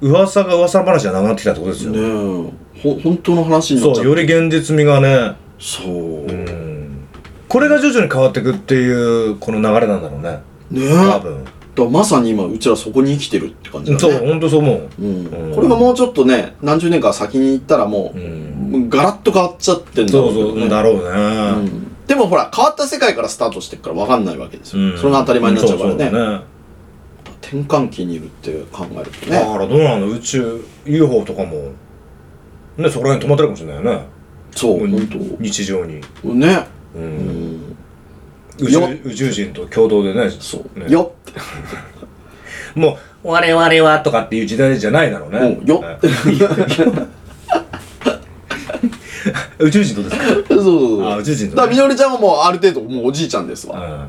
噂が噂話じゃなくなってきたってことですよねえほ本当の話になっちそゃううより現実味がねそううんこれが徐々に変わっていくっていうこの流れなんだろうねねえ多だか分らまさに今うちらそこに生きてるって感じだねそう本当そう思ううんうんこれがもうちょっとね何十年か先に行ったらもうう、んガラッと変わっちゃってんだろそううけどそうねだろううねんでもほら変わった世界からスタートしてるから分かんないわけですよ、うんそれが当たり前になっちゃうからねそそだね転換期にいるって考えるとだねからどうなの宇宙 UFO とかもねそこら辺止まってるかもしれないよねそう本日常に当ねううんん宇宙よ宇宙人と共同でねそう、ねよってもう我々はとかって いう時代じゃないだろうねうんよねって宇宙人とですか そうそうそうあ宇宙人とねだからみのりちゃんはもうある程度もうおじいちゃんですわ、う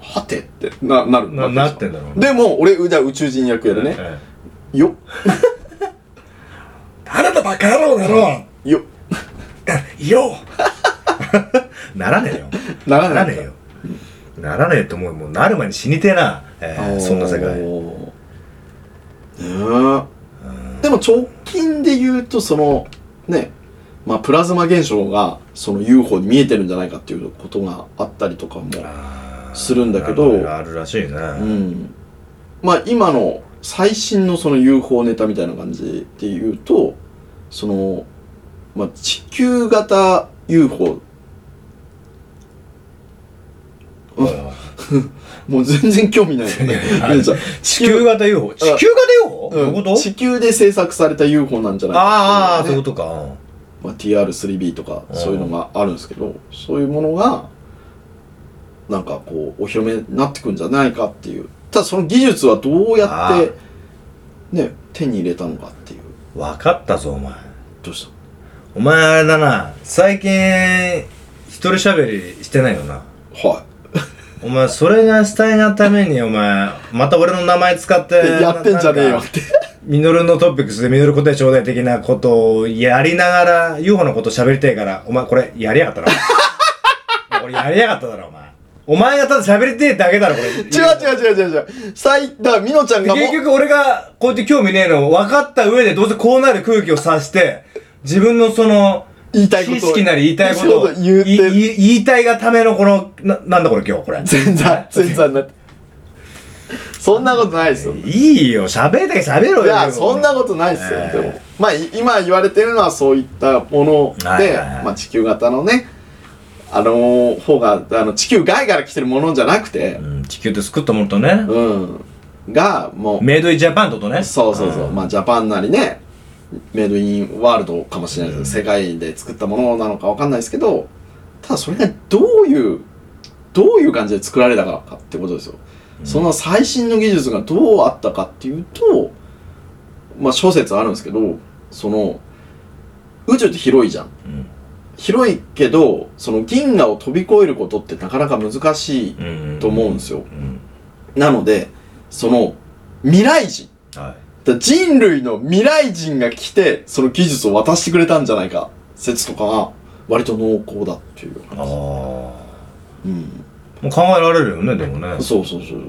はてってななるん。な、わけなっでてしんだろうょ。でも俺じゃあ宇宙人役やるね、うんよあなたバカ野郎だろよよ ならねえよ。ならなないらねえよ。ならねえと思う。もうなる前に死にてえな。えーそんな世界。おーねえでも直近で言うとそのねまあプラズマ現象がその UFO に見えてるんじゃないかっていうことがあったりとかもあーするんだけどなんかあるらしいね。うんまあ今の最新のその UFO ネタみたいな感じで言うとその、まあ、地球型 UFO うんもう全然興味ないや地球型 UFO。地球型 UFO? どういうこと地球で制作された UFO なんじゃないあーあー、そうっていいううねことか。まあ、TR3B とかうんそういうのがあるんですけどそういうものがなんかこうお披露目になってくんじゃないかっていうただその技術はどうやあって、ね、手に入れたのかっていうわかったぞ、お前。どうしたお前あれだな。最近、一人喋りしてないよな。はお前、それがしたいがために、お前、また俺の名前使って。い、でやってんじゃねえよなんっかてミノルのトピックスでミノル答えちょうだい的なことをやりながら、UFO のこと喋りたいから、お前これや りやがったな。これやりやがっただろ、お前。お前がただ喋りてえだけだろ、これ。違う違う違う違う違う最だから美濃ちゃんがも結局俺がこうやって興味ねえのを分かった上でどうせこうなる空気を察して、自分のその、言いたいことを知識なり言いたいことを言うていい言いたいがためのこの、な、なんだこれ今日これ。全然全然なってそんなことないですよいいよ、喋りたい喋ろよ。いやそんなことないですよ、えでもまあい今言われてるのはそういったもので、はいはいはいまあ、地球型のねあのー方があの地球外から来てるものじゃなくてうん、地球って作ったものとね、うんがもうメイドインジャパンととね。そうそうそう、んまあジャパンなりねメイドインワールドかもしれないですけど、世界で作ったものなのかわかんないですけどただそれがどういうどういう感じで作られたかってことですよ、その最新の技術がどうあったかっていうとまあ諸説あるんですけどその宇宙って広いじゃんうん広いけどその銀河を飛び越えることってなかなか難しいと思うんですよ、うんなのでその未来人はだから人類の未来人が来て、その技術を渡してくれたんじゃないか、説とかが、割と濃厚だっていうい、ああ話。もうん。う考えられるよねでもねそうそうそうそう。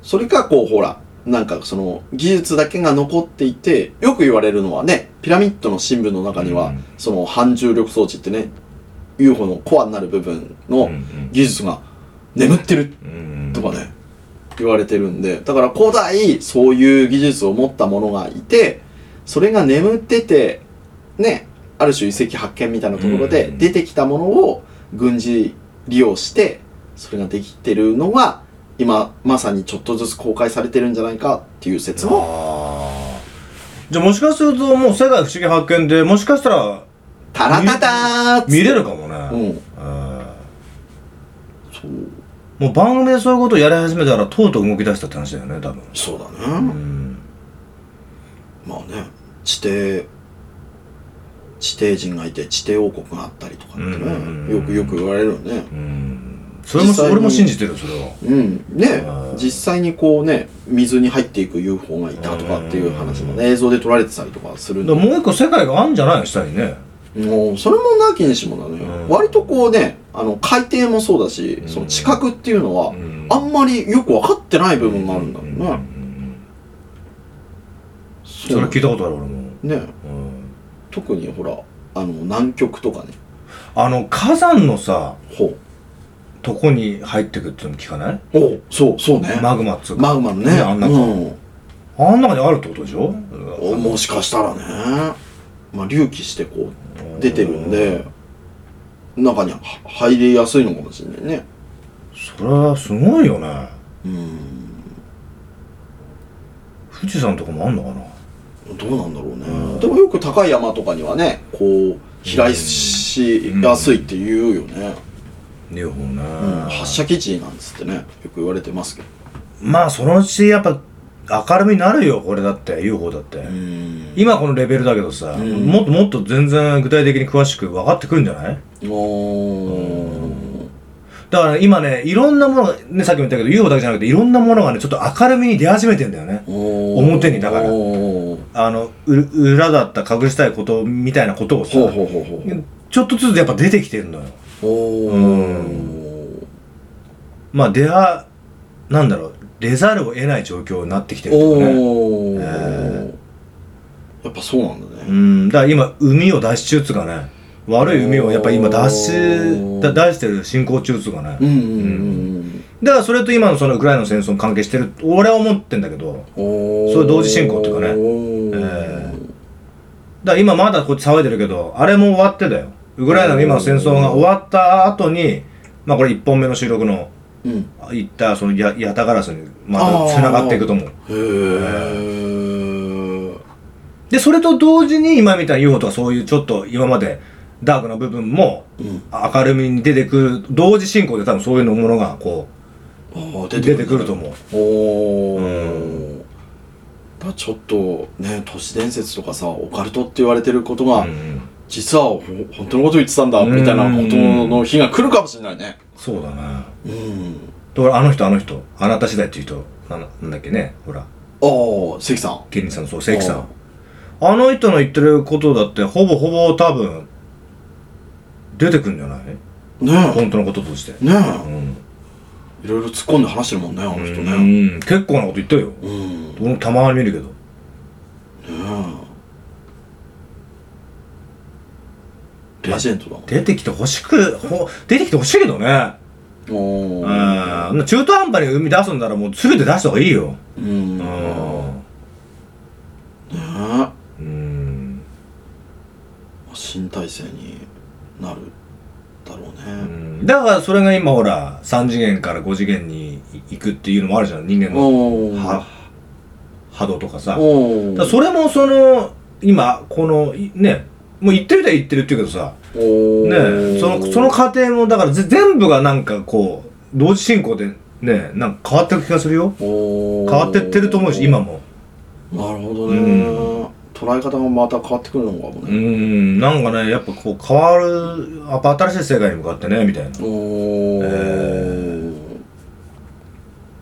それか、こう、ほら、なんかその、技術だけが残っていて、よく言われるのはね、ピラミッドの新聞の中には、うんその、反重力装置ってね、UFO のコアになる部分うんうのん技術が眠ってるうんとかね、言われてるんで、だから古代、そういう技術を持ったものがいて、それが眠ってて、ね、ある種遺跡発見みたいなところでうん出てきたものを軍事利用して、それができてるのが、今、まさにちょっとずつ公開されてるんじゃないかっていう説もあーじゃあもしかするともう世界不思議発見でもしかしたらタラタターっつって見れるかもうねん。うんそう、もう番組でそういうことをやり始めたらとうとう動き出したって話だよね多分そうだね。うんまあね、地底、地底人がいて地底王国があったりとかってうんね、よくよく言われるよね。うんそれも実際に俺も信じてるよそれはうん、ねうん実際にこうね水に入っていく UFO がいたとかっていう話もね映像で撮られてたりとかするんでだからもう一個世界があるんじゃないの下にねもうそれもなきにしもだね、うん割とこうねあの海底もそうだし、その地殻っていうのは、うんあんまりよく分かってない部分があるんだろうね、うんうんそそれ聞たいたことある俺もねうん特にほらあの南極とかねあの火山のさほとこに入ってくっていうの聞かないうおうそうそうねマグマっつうか、マグマのねねあんなかうんあん中にあるってことでしょおもしかしたらね、まあ、隆起してこう出てるんで中には入りやすいのかもしれないねそれはすごいよねうん富士山とかもあんのかなどうなんだろうねでもよく高い山とかにはねこう飛来しやすいって言うよね、日本うね、ん発射基地なんつってねよく言われてますけどまあそのうちやっぱ明るみになるよこれだって UFO だって、うん今このレベルだけどさ、んもっともっと全然具体的に詳しく分かってくるんじゃないおーだから今ねいろんなものがねさっきも言ったけど UFO だけじゃなくていろんなものがねちょっと明るみに出始めてんだよねおー表にだからおーあのう裏だった隠したいことみたいなことをさほうほうほうほうちょっとずつやっぱ出てきてるのよおーまあ出はなんだろう出ざるを得ない状況になってきてるとかねおーえやっぱそうなんだうねんだから今海を脱し中っつうかね悪い海をやっぱり今脱しだ出してる進行中っつうかね、うんうんうんだからそれと今のそのウクライナの戦争に関係してる俺は思ってんだけどうんおーそういう同時進行っていうかねおーえだから今まだこっち騒いでるけどあれも終わってだよウクライナの今の戦争が終わった後にまあこれ1本目の収録のうん行ったそのやヤタガラスにまあたーつながっていくと思うへーでそれと同時に今みたいな UFO とかそういうちょっと今までダークな部分もうん明るみに出てくる同時進行で多分そういうのものがこあーう出てくると思うおお、うだからちょっとね都市伝説とかさオカルトって言われてることが、うん実はほ本当のこと言ってたんだうんみたいなことの日が来るかもしれないねそうだなうんだからあの人あの人あなた次第っていう人ななんだっけねほらああ関さんケニーさんそう正規さんあの人の言ってることだってほぼほぼ多分出てくんじゃないね本当のこととしてえねうえんいろいろ突っ込んで話してるもんねあの人うねん結構なこと言ってるようんね俺もたまに見るけどえレジェンドだ出てきてほしくほ出てきてほしいけどねおうおん中途半端に生み出すんならもう全て出した方がいいようんうねんえうん新体制になるだろうね、だからそれが今ほら3次元から5次元に行くっていうのもあるじゃん人間のおは波動とかさおだからそれもその今このいねもう言ってる人は言ってるって言うけどさおねそのその過程もだからぜ全部がなんかこう同時進行でねなんか変わってる気がするよ変変わってってると思うし今もなるほどね、う捉え方がまた変わってくるのかもうーね、んなんかねやっぱこう変わるやっぱ新しい世界に向かってねみたいなおー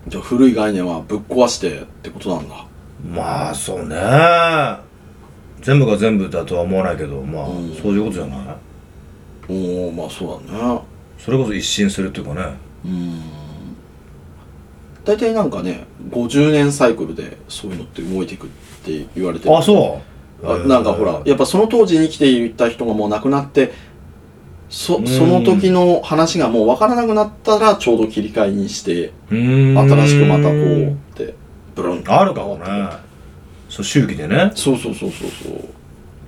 じゃあ古い概念はぶっ壊してってことなんだまあそうね全部が全部だとは思わないけどまあうんそういうことじゃないおおまあそうだねそれこそ一新するっていうかねうん大体なんかね50年サイクルでそういうのって動いていくって言われてるあそうあなんかほらやっぱその当時に来ていた人がもう亡くなってそその時の話がもう分からなくなったらちょうど切り替えにしてうーん新しくまたこうってブルンあるかもねそう周期でねそうそうそうそうそう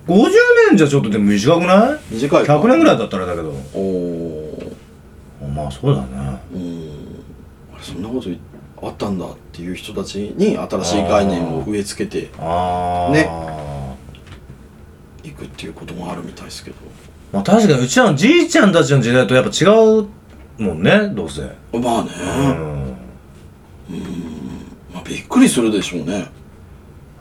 50年じゃちょっとでも短くない短いか ?100 年ぐらいだったらあれだけどおーまあそうだねうんあれそんなことあったんだっていう人たちに新しい概念を植え付けてああねいくっていうこともあるみたいですけまあ確かにうちらのじいちゃんたちの時代とやっぱ違うもんねどうせどまあね、うんまあ、びっくりするでしょうね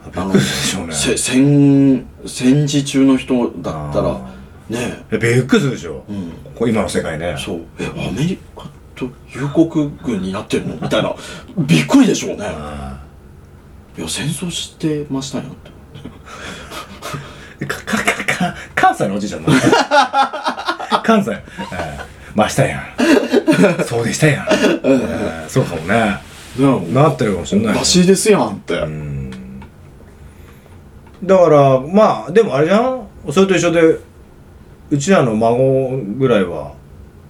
びっくりでしょうねせ戦戦時中の人だったらあねーびっくりするでしょえ、うん、こう今の世界ねそうえアメリカと友国軍になってるのみたいなびっくりでしょうねあいや戦争してましたよってーかかかか関西のおじいちゃんな 関西えーまあしたやんそうでしたやんえーそうかもねねなってるかもしれないらしいですやんって、だからまあでもあれじゃんそれと一緒でうちらの孫ぐらいは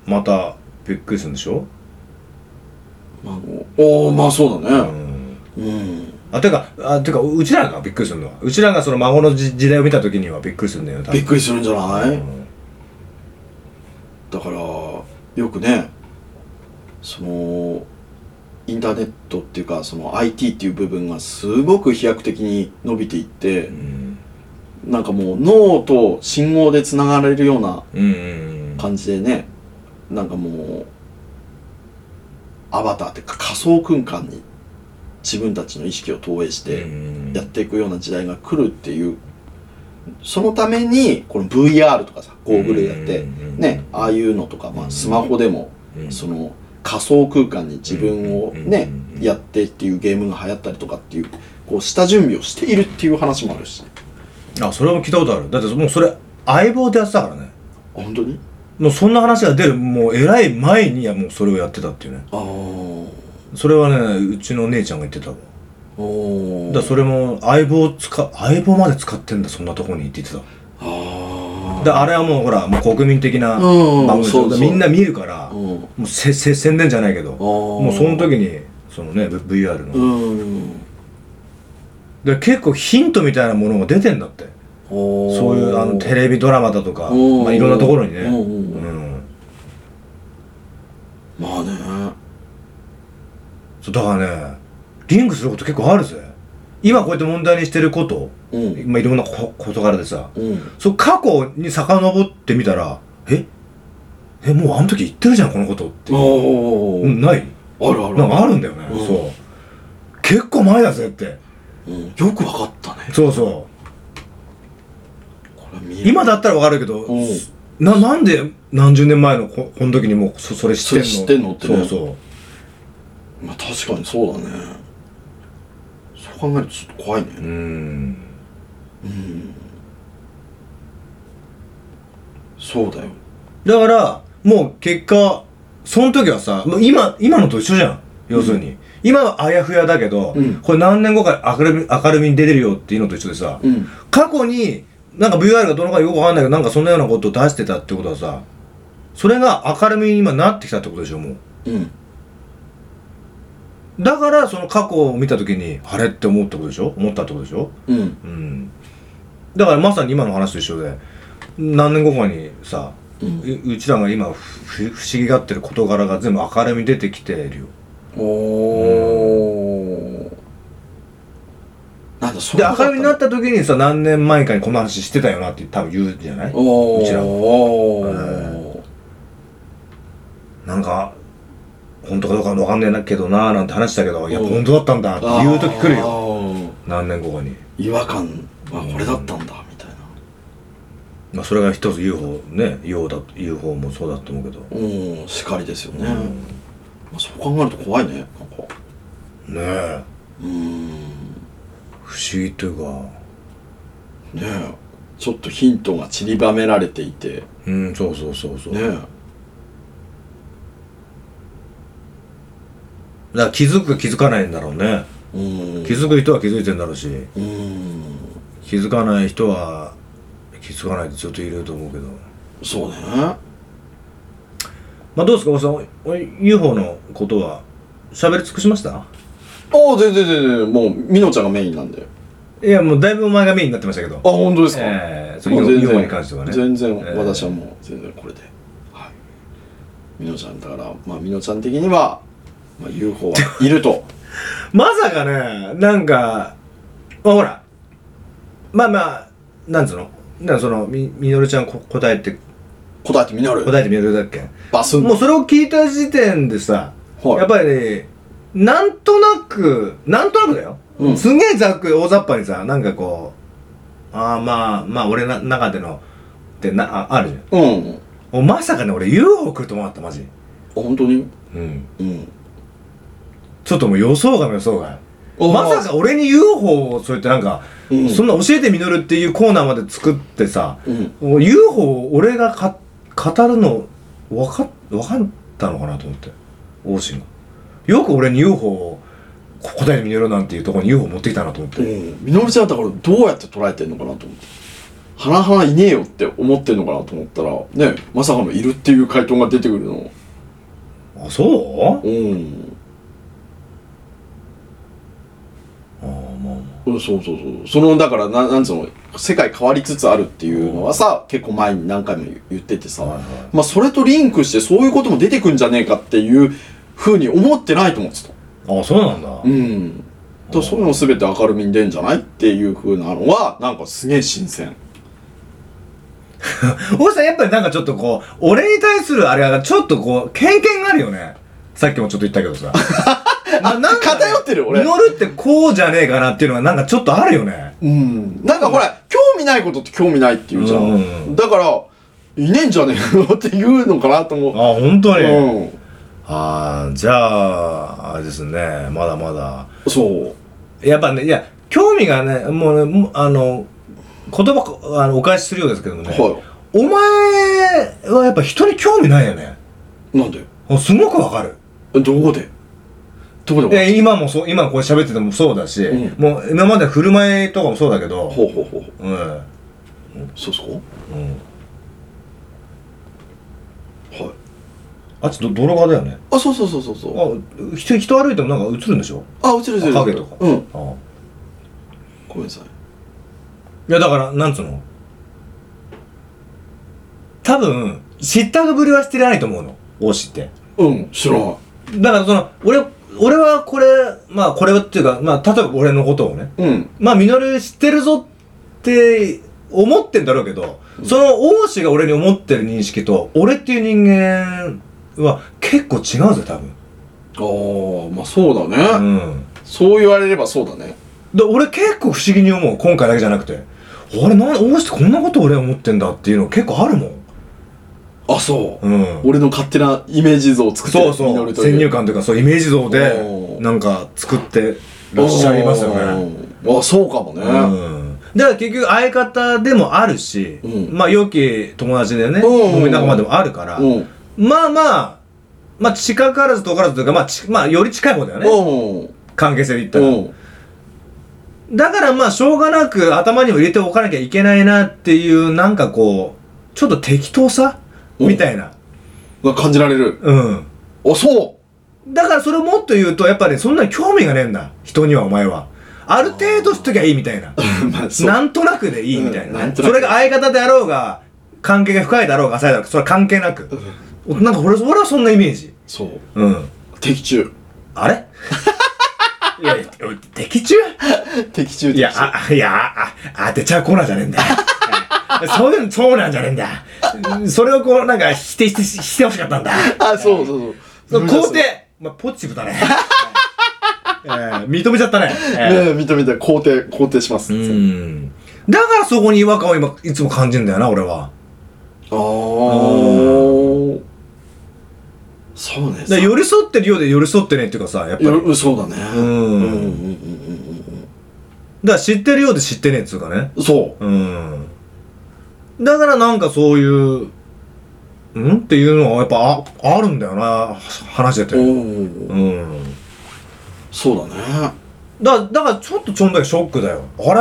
またびっくりするんでしょ、まあもうおおまあそうだうねん、うんあてかあてかうちらがびっくりするのはうちらがその孫のじ時代を見た時にはびっくりするんだよ多分びっくりするんじゃない、うんだからよくねそのインターネットっていうかその IT っていう部分がすごく飛躍的に伸びていって、うんなんかもう脳と信号でつながれるようなうんうん感じでねなんかもうアバターっていうか仮想空間に自分たちの意識を投影してうんやっていくような時代が来るっていうそのためにこの VR とかさゴーグルやってうんねああいうのとか、まあ、スマホでもうんその仮想空間に自分をねうんやってっていうゲームが流行ったりとかっていうこう下準備をしているっていう話もあるしあそれも聞いたことあるだってもうそれ相棒でやってたからねあ本当にもうそんな話が出るもうえらい前にはもうそれをやってたっていうねああそれはねうちの姉ちゃんが言ってたわおだからそれも相棒を使相棒まで使ってんだそんなとこにって言ってたあだからあれはもうほらもう国民的なうん番組でしょそうそうみんな見るからあうんもうせせ宣伝じゃないけどーもうその時にそのね V- VR の、うんで結構ヒントみたいなものが出てんだってそそういうあのテレビドラマだとか、おーまあ、いろんなところにおね、ーうんまあねそうだからねリンクすること結構あるぜ今こうやって問題にしてること、うんまあ、いろんなこ事柄でさうんそう過去に遡ってみたらええもうあの時言ってるじゃんこのことって、おうーん、ないあるあるなんかあるんだよね、うんそう結構前だぜってうんよくわかったねそうそうこれ見る今だったらわかるけど、うんななんで何十年前のここの時にもうそそれ知ってんそれの知ってんのってねそうそまあ確かにそうだねそう考えるとちょっと怖いねううんそうだよだからもう結果その時はさもう今今のと一緒じゃん要するに、今はあやふやだけど、うんこれ何年後か明るみ明るみに出てるよっていうのと一緒でさ、うん過去になんか VR がどのかよくわかんないけどなんかそんなようなことを出してたってことはさそれが明るみに今なってきたってことでしょもううんだからその過去を見た時にあれって思ったことでしょ思ったってことでしょうんうんだからまさに今の話と一緒で何年後かにさ、ううんうちらが今ふ不思議がってる事柄が全部明るみに出てきてるよおおなんだそでう明るみになった時にさ何年前かにこの話してたよなって多分言うじゃないおおうちらはおうーなんか本当かどうかわかんねえなけどなーなんて話したけどいや本当だったんだっていう時来るあよー何年後かに、違和感はこれだったんだみたいなまあ、それが一つ UFO ね UFO, だ UFO もそうだと思うけどうんしかりですよね、まあ、そう考えると怖いねなんかねえうーん不思議というかねえちょっとヒントが散りばめられていてうんそうそうそうそう、ねえだから気づくか気づかないんだろうねうーん気づく人は気づいてんだろうしうーん気づかない人は気づかないでずっといると思うけどそうねまあどうですかおじさんおお UFO のことは喋り尽くしましたああ全然全然もうみのちゃんがメインなんでいやもうだいぶ前がメインになってましたけどあ本当ですか、ええそうもう UFO に関してはね全然ええ私はもう全然これで、はいみのちゃんだからまあみのちゃん的には、まあ、UFO はいるとまさかねなんかまあほらまあまあなんつうのなんかそのみみのるちゃんこ答えて答えてみなる答えてみるだっけバスンもうそれを聞いた時点でさ、はいやっぱりね、なんとなく、なんとなくだよ。うんすんげえざっくり、大雑把にさ、なんかこう、ああまあ、まあ俺の中での、ってな、ああるじゃんうんあお。まさかね、俺 UFO 来ると思わなかった、マジ。本当にうん。うんちょっともう予想外も予想外。おまさか俺に UFO をそうやってなんか、うんそんな教えてみのるっていうコーナーまで作ってさ、うんもう UFO を俺がか語るの分か分かったのかなと思って王子がよく俺に UFO をこ答えてみようなんていうところに UFO 持ってきたなと思っうて、んみのりちゃんだからどうやって捉えてんのかなと思って「はなはないねえよ」って思ってんのかなと思ったらねまさかの「いる」っていう回答が出てくるのあそううんああまあまそうそうそうそうそのだからななんつうの世界変わりつつあるっていうのはさ結構前に何回も言っててさ、はいはいまあそれとリンクしてそういうことも出てくんじゃねえかっていうふうに思ってないと思ってたああそうなんだ、うんとそういうの全て明るみに出んじゃないっていうふうなのはなんかすげえ新鮮王子さんやっぱりなんかちょっとこ う俺に対するあれがちょっとこう経験があるよねさっきもちょっと言ったけどさもうなんかね偏ってる俺実るってこうじゃねえかなっていうのがなんかちょっとあるよね。うん。なんかほら、興味ないことって興味ないって言うじゃ。うんんだから、いねえんじゃねえの って言うのかなと思う。あ、本当に。うん。ああ、じゃあ、あれですね。まだまだ。そう。やっぱね、いや、興味がね、もうね、もうあの、言葉あのお返しするようですけどもね。はお前はやっぱ人に興味ないよね。い。なんであすごくわかる。どこでどこでえ今もそう、今こう喋っててもそうだし、うんもう今まで振る舞いとかもそうだけど、ほうほうほうほう。うん。うん。そうそう。はい。あっちど泥棒だよね。あ、そうそうそうそうそう。あ、人、人歩いてもなんか映るんでしょあ、映る映る映る。影とか。うん。あごめんなさい。いや、だから、なんつうの多分、知ったぶりはしてないと思うの。王子って。うん、知らない。だから、その、俺、俺はこれ、まあ、これはっていうか、まあ、例えば俺のことをね、うん。まあ、ミノル知ってるぞって思ってんだろうけど、その王子が俺に思ってる認識と、俺っていう人間は結構違うぜ、多あ分。あ、まあそうだうね。ん。そう言われればそうだね。で、俺結構不思議に思う。今回だけじゃなくて。あれ、なん王子ってこんなこと俺思ってんだっていうの結構あるもん。あ、そう。うん。俺の勝手なイメージ像を作ってそう実そるうという先入観というかそうイメージ像おでーなんか作ってらっしゃいますよね。おーあ、そうかもうね。んだから結局相方でもあるし、うんまあ良き友達でね、うん飲み仲間でもあるから、うん。まあまあ、まあ近からず遠からずというか、まあち、まあより近い方だよね。うん。関係性で言ったうら。ん。だからまあしょうがなく頭にも入れておかなきゃいけないなっていう、なんかこう、ちょっと適当さうんみたいな。が感じられる。うん。あ、そう。だからそれをもっと言うと、やっぱね、そんなに興味がねえんだ。人にはお前は。ある程度しときゃいいみたいな。ま あ、そう。なんとなくでいいみたいなうんなね。んとなくそれが相方であろうが、関係が深いだろうが浅いだろうが、それは関係なく。なんか俺、俺はそんなイメージ。そう。うん。的中。あれいやいや、的中的中いや、あ、あいや、あ、あ当てちゃうコーナーじゃねえんだ。 そういうの、そうなんじゃねえんだ。それをこう、なんか、否定して、してほしかったんだ。あ、そうそうそう。肯定、まあ、ポジティブ だね。えー認めちゃったね。えーねえ、認めて、肯定、肯定します。うん。だからそこに違和感を今、いつも感じるんだよな、俺は。あー。そうね。だから寄り添ってるようで寄り添ってねっていうかさ、やっぱり。だかよそうだね。ううんんうんうんうんら知ってるようで知ってねえっていうかね。うん。そうん。だからなんかそういう、んっていうのはやっぱあ、あるんだよな、話してう。うて。んう。ん。そうだね。だ、だからちょっとちょんだけショックだよ。あ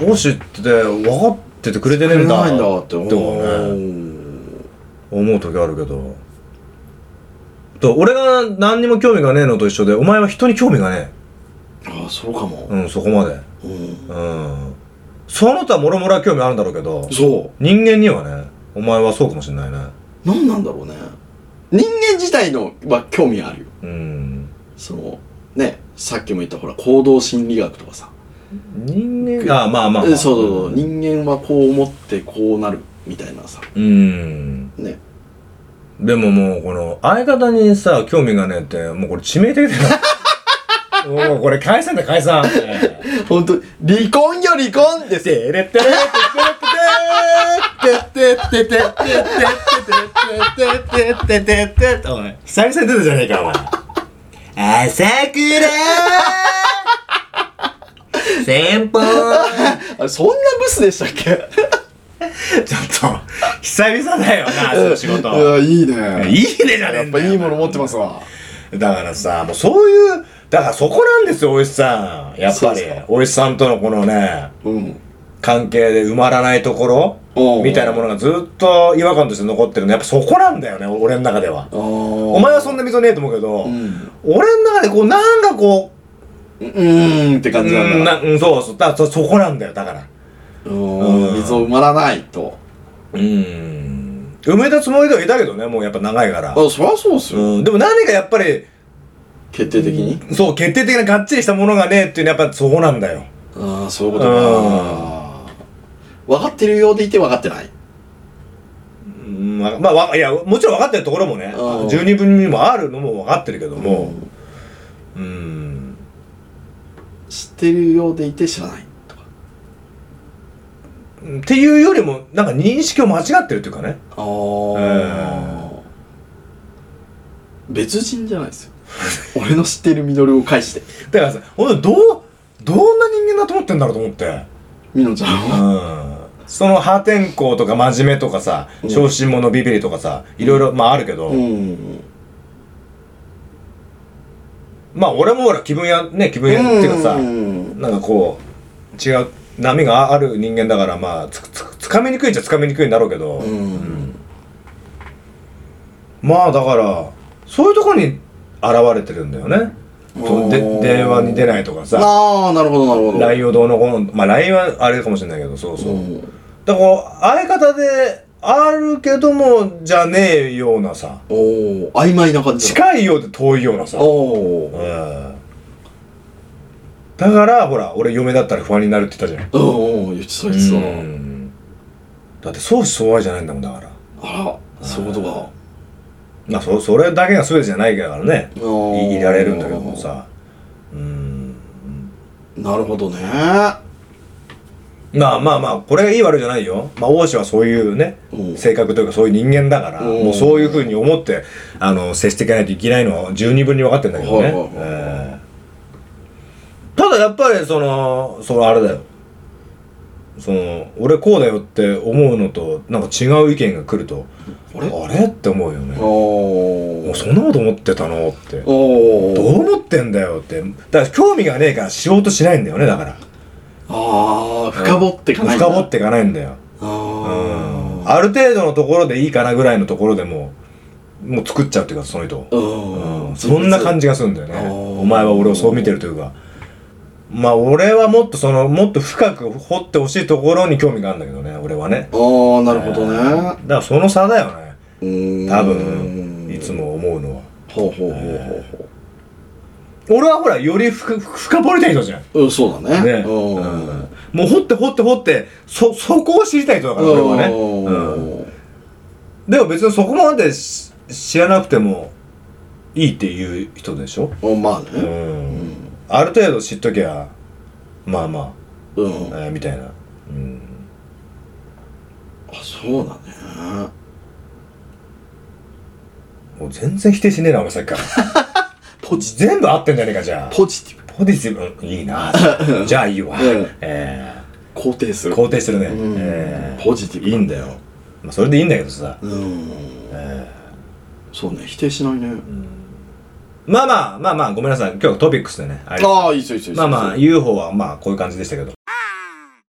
れ、もしってて分かっててくれてねえんだ。ないんだって思って思うね思う時あるけど。と、俺が何にも興味がねえのと一緒で、お前は人に興味がねああ、そうかもえ。。うん、そこまで。うん。うん。その他もろもろは興味あるんだろうけど、そ人間にはね、お前はそうかもしれないね。う。なんなんだろうね。人間自体のは興味あるよ。うん。その、ね、さっきも言ったほら、行動心理学とかさ。人間あ、まあまあ、まえあ。そうそうそう。人間はこう思ってこうなるみたいなさ。うん。ね。でももう、この、相方にさ、興味がねえって、もうこれ致命的だよ。もうこれ解散だ解散。本当離婚よ離婚ですよ。てれってれてててて てててててててててておい、久々に出たじゃねえか、お前。朝倉先方あれ、そんなブスでしたっけちょっと、久々だよな、その仕いや、事。いいね。いいねじゃねえやっんぱだよ。いいもの持ってますわ。だからさ、もうそういう、だからそこなんですよ、おいしさん。やっそうぱでりすか、おいしさんとのこのね、うん。関係で埋まらないところおうみたいなものがずっと違和感として残ってるの、やっぱそこなんだよね、俺の中では。おお前はそんな。な溝ねえと思うけどう、ん。俺の中でこう、なんかこう、うーんって感じなうんんだ。なうん、そうそう。だそ、そこなんだよ、だから。うん。水を埋まらないと。うん。埋めたつもりではいたけどね、もうやっぱ長いから。あ、そりゃそうっすよ。うん。でも何かやっぱり、決定的に。そう、決定的ながっちりしたものがねえっていうのはやっぱそこなんだよ。ああ、そういうことか。分かってるようでいて分かってない。うん、まあ、まあわ、いや、もちろん分かってるところもねうん、十二分にもあるのも分かってるけども、うん。知ってるようでいて知らないとかっていうよりも、なんか認識を間違ってるっていうかね。ああ、別人じゃないですよ 俺の知ってるミノルを介してだからさ、ほんとどう、どんな人間だと思ってんだろうと思って。ミノちゃんはうん。その破天荒とか真面目とかさ、うん小心者ビビりとかさ、いろいろ、まああるけど、うんまあ俺もほら気分や、ね、気分やっていうかさ、うんなんかこう、違う、波がある人間だから、まあ、つ、つ、つかみにくいっちゃつかみにくいんだろうけど、うんまあだから、そういうところに現れてるんだよね。とでおー電話に出ないとかさ、ああなるほどなるほど LINE をどうのこうの、まあ LINE はあれかもしれないけど、そうそう。うんだからこう相方であるけどもじゃねえようなさおお曖昧な感じだ近いようで遠いようなさ、おうん、おだからほら俺嫁だったら不安になるって言ったじゃんうんうん言ってた言ってたなうんだって相思相愛じゃないんだもんだからあらそういうことかまあそそれだけが全てじゃないからねあーいいられるんだけどもさうんなるほどねまあまあまあこれがいい悪いじゃないよまあ王子はそういうねうん性格というかそういう人間だからうんもうそういうふうに思ってあの接していかないといけないのは十二分に分かってんだけどはねいはいはいえーただやっぱりそのそのあれだよその俺こうだよって思うのとなんか違う意見が来るとあれあれって思うよねもおうそんなこと思ってたのってどうお思ってんだよってだから興味がねえからしようとしないんだよねだからああ深掘っていかないんだ深掘っていかないんだよあある程度のところでいいかなぐらいのところでもうもう作っちゃうっていうかその人をあうんそんな感じじがするんだよねあーお前は俺をそう見てるというかまあ俺はもっとそのもっと深く掘ってほしいところに興味があるんだけどね俺はねああなるほどねだからその差だよねうーん多分いつも思うのはほうほうほうほうほ俺はほらより深深掘りたい人じゃんねううんそうだねうんうんもう掘って掘って掘ってそそこを知りたい人だから俺はねうんでも別にそこまでし知らなくてもいいっていう人でしょうんまあうねんある程度知っときゃまあまうんあ、えーみたいな、うん、あそうだねもう全然否定しねえなお前さっ きからポジ全部合ってんじゃねえかじゃあポジティブポジティブうんいいなじゃあいいわ、うんえ肯定すーる肯定してるね、うんえーポジティブいいんだよ、まあ、それでいいんだけどさうんそうね否定しないねまあまあまあまあごめんなさい今日はトピックスでねありああいいっすよいいっすよいいっすまよあまあ UFO はまあこういう感じでしたけど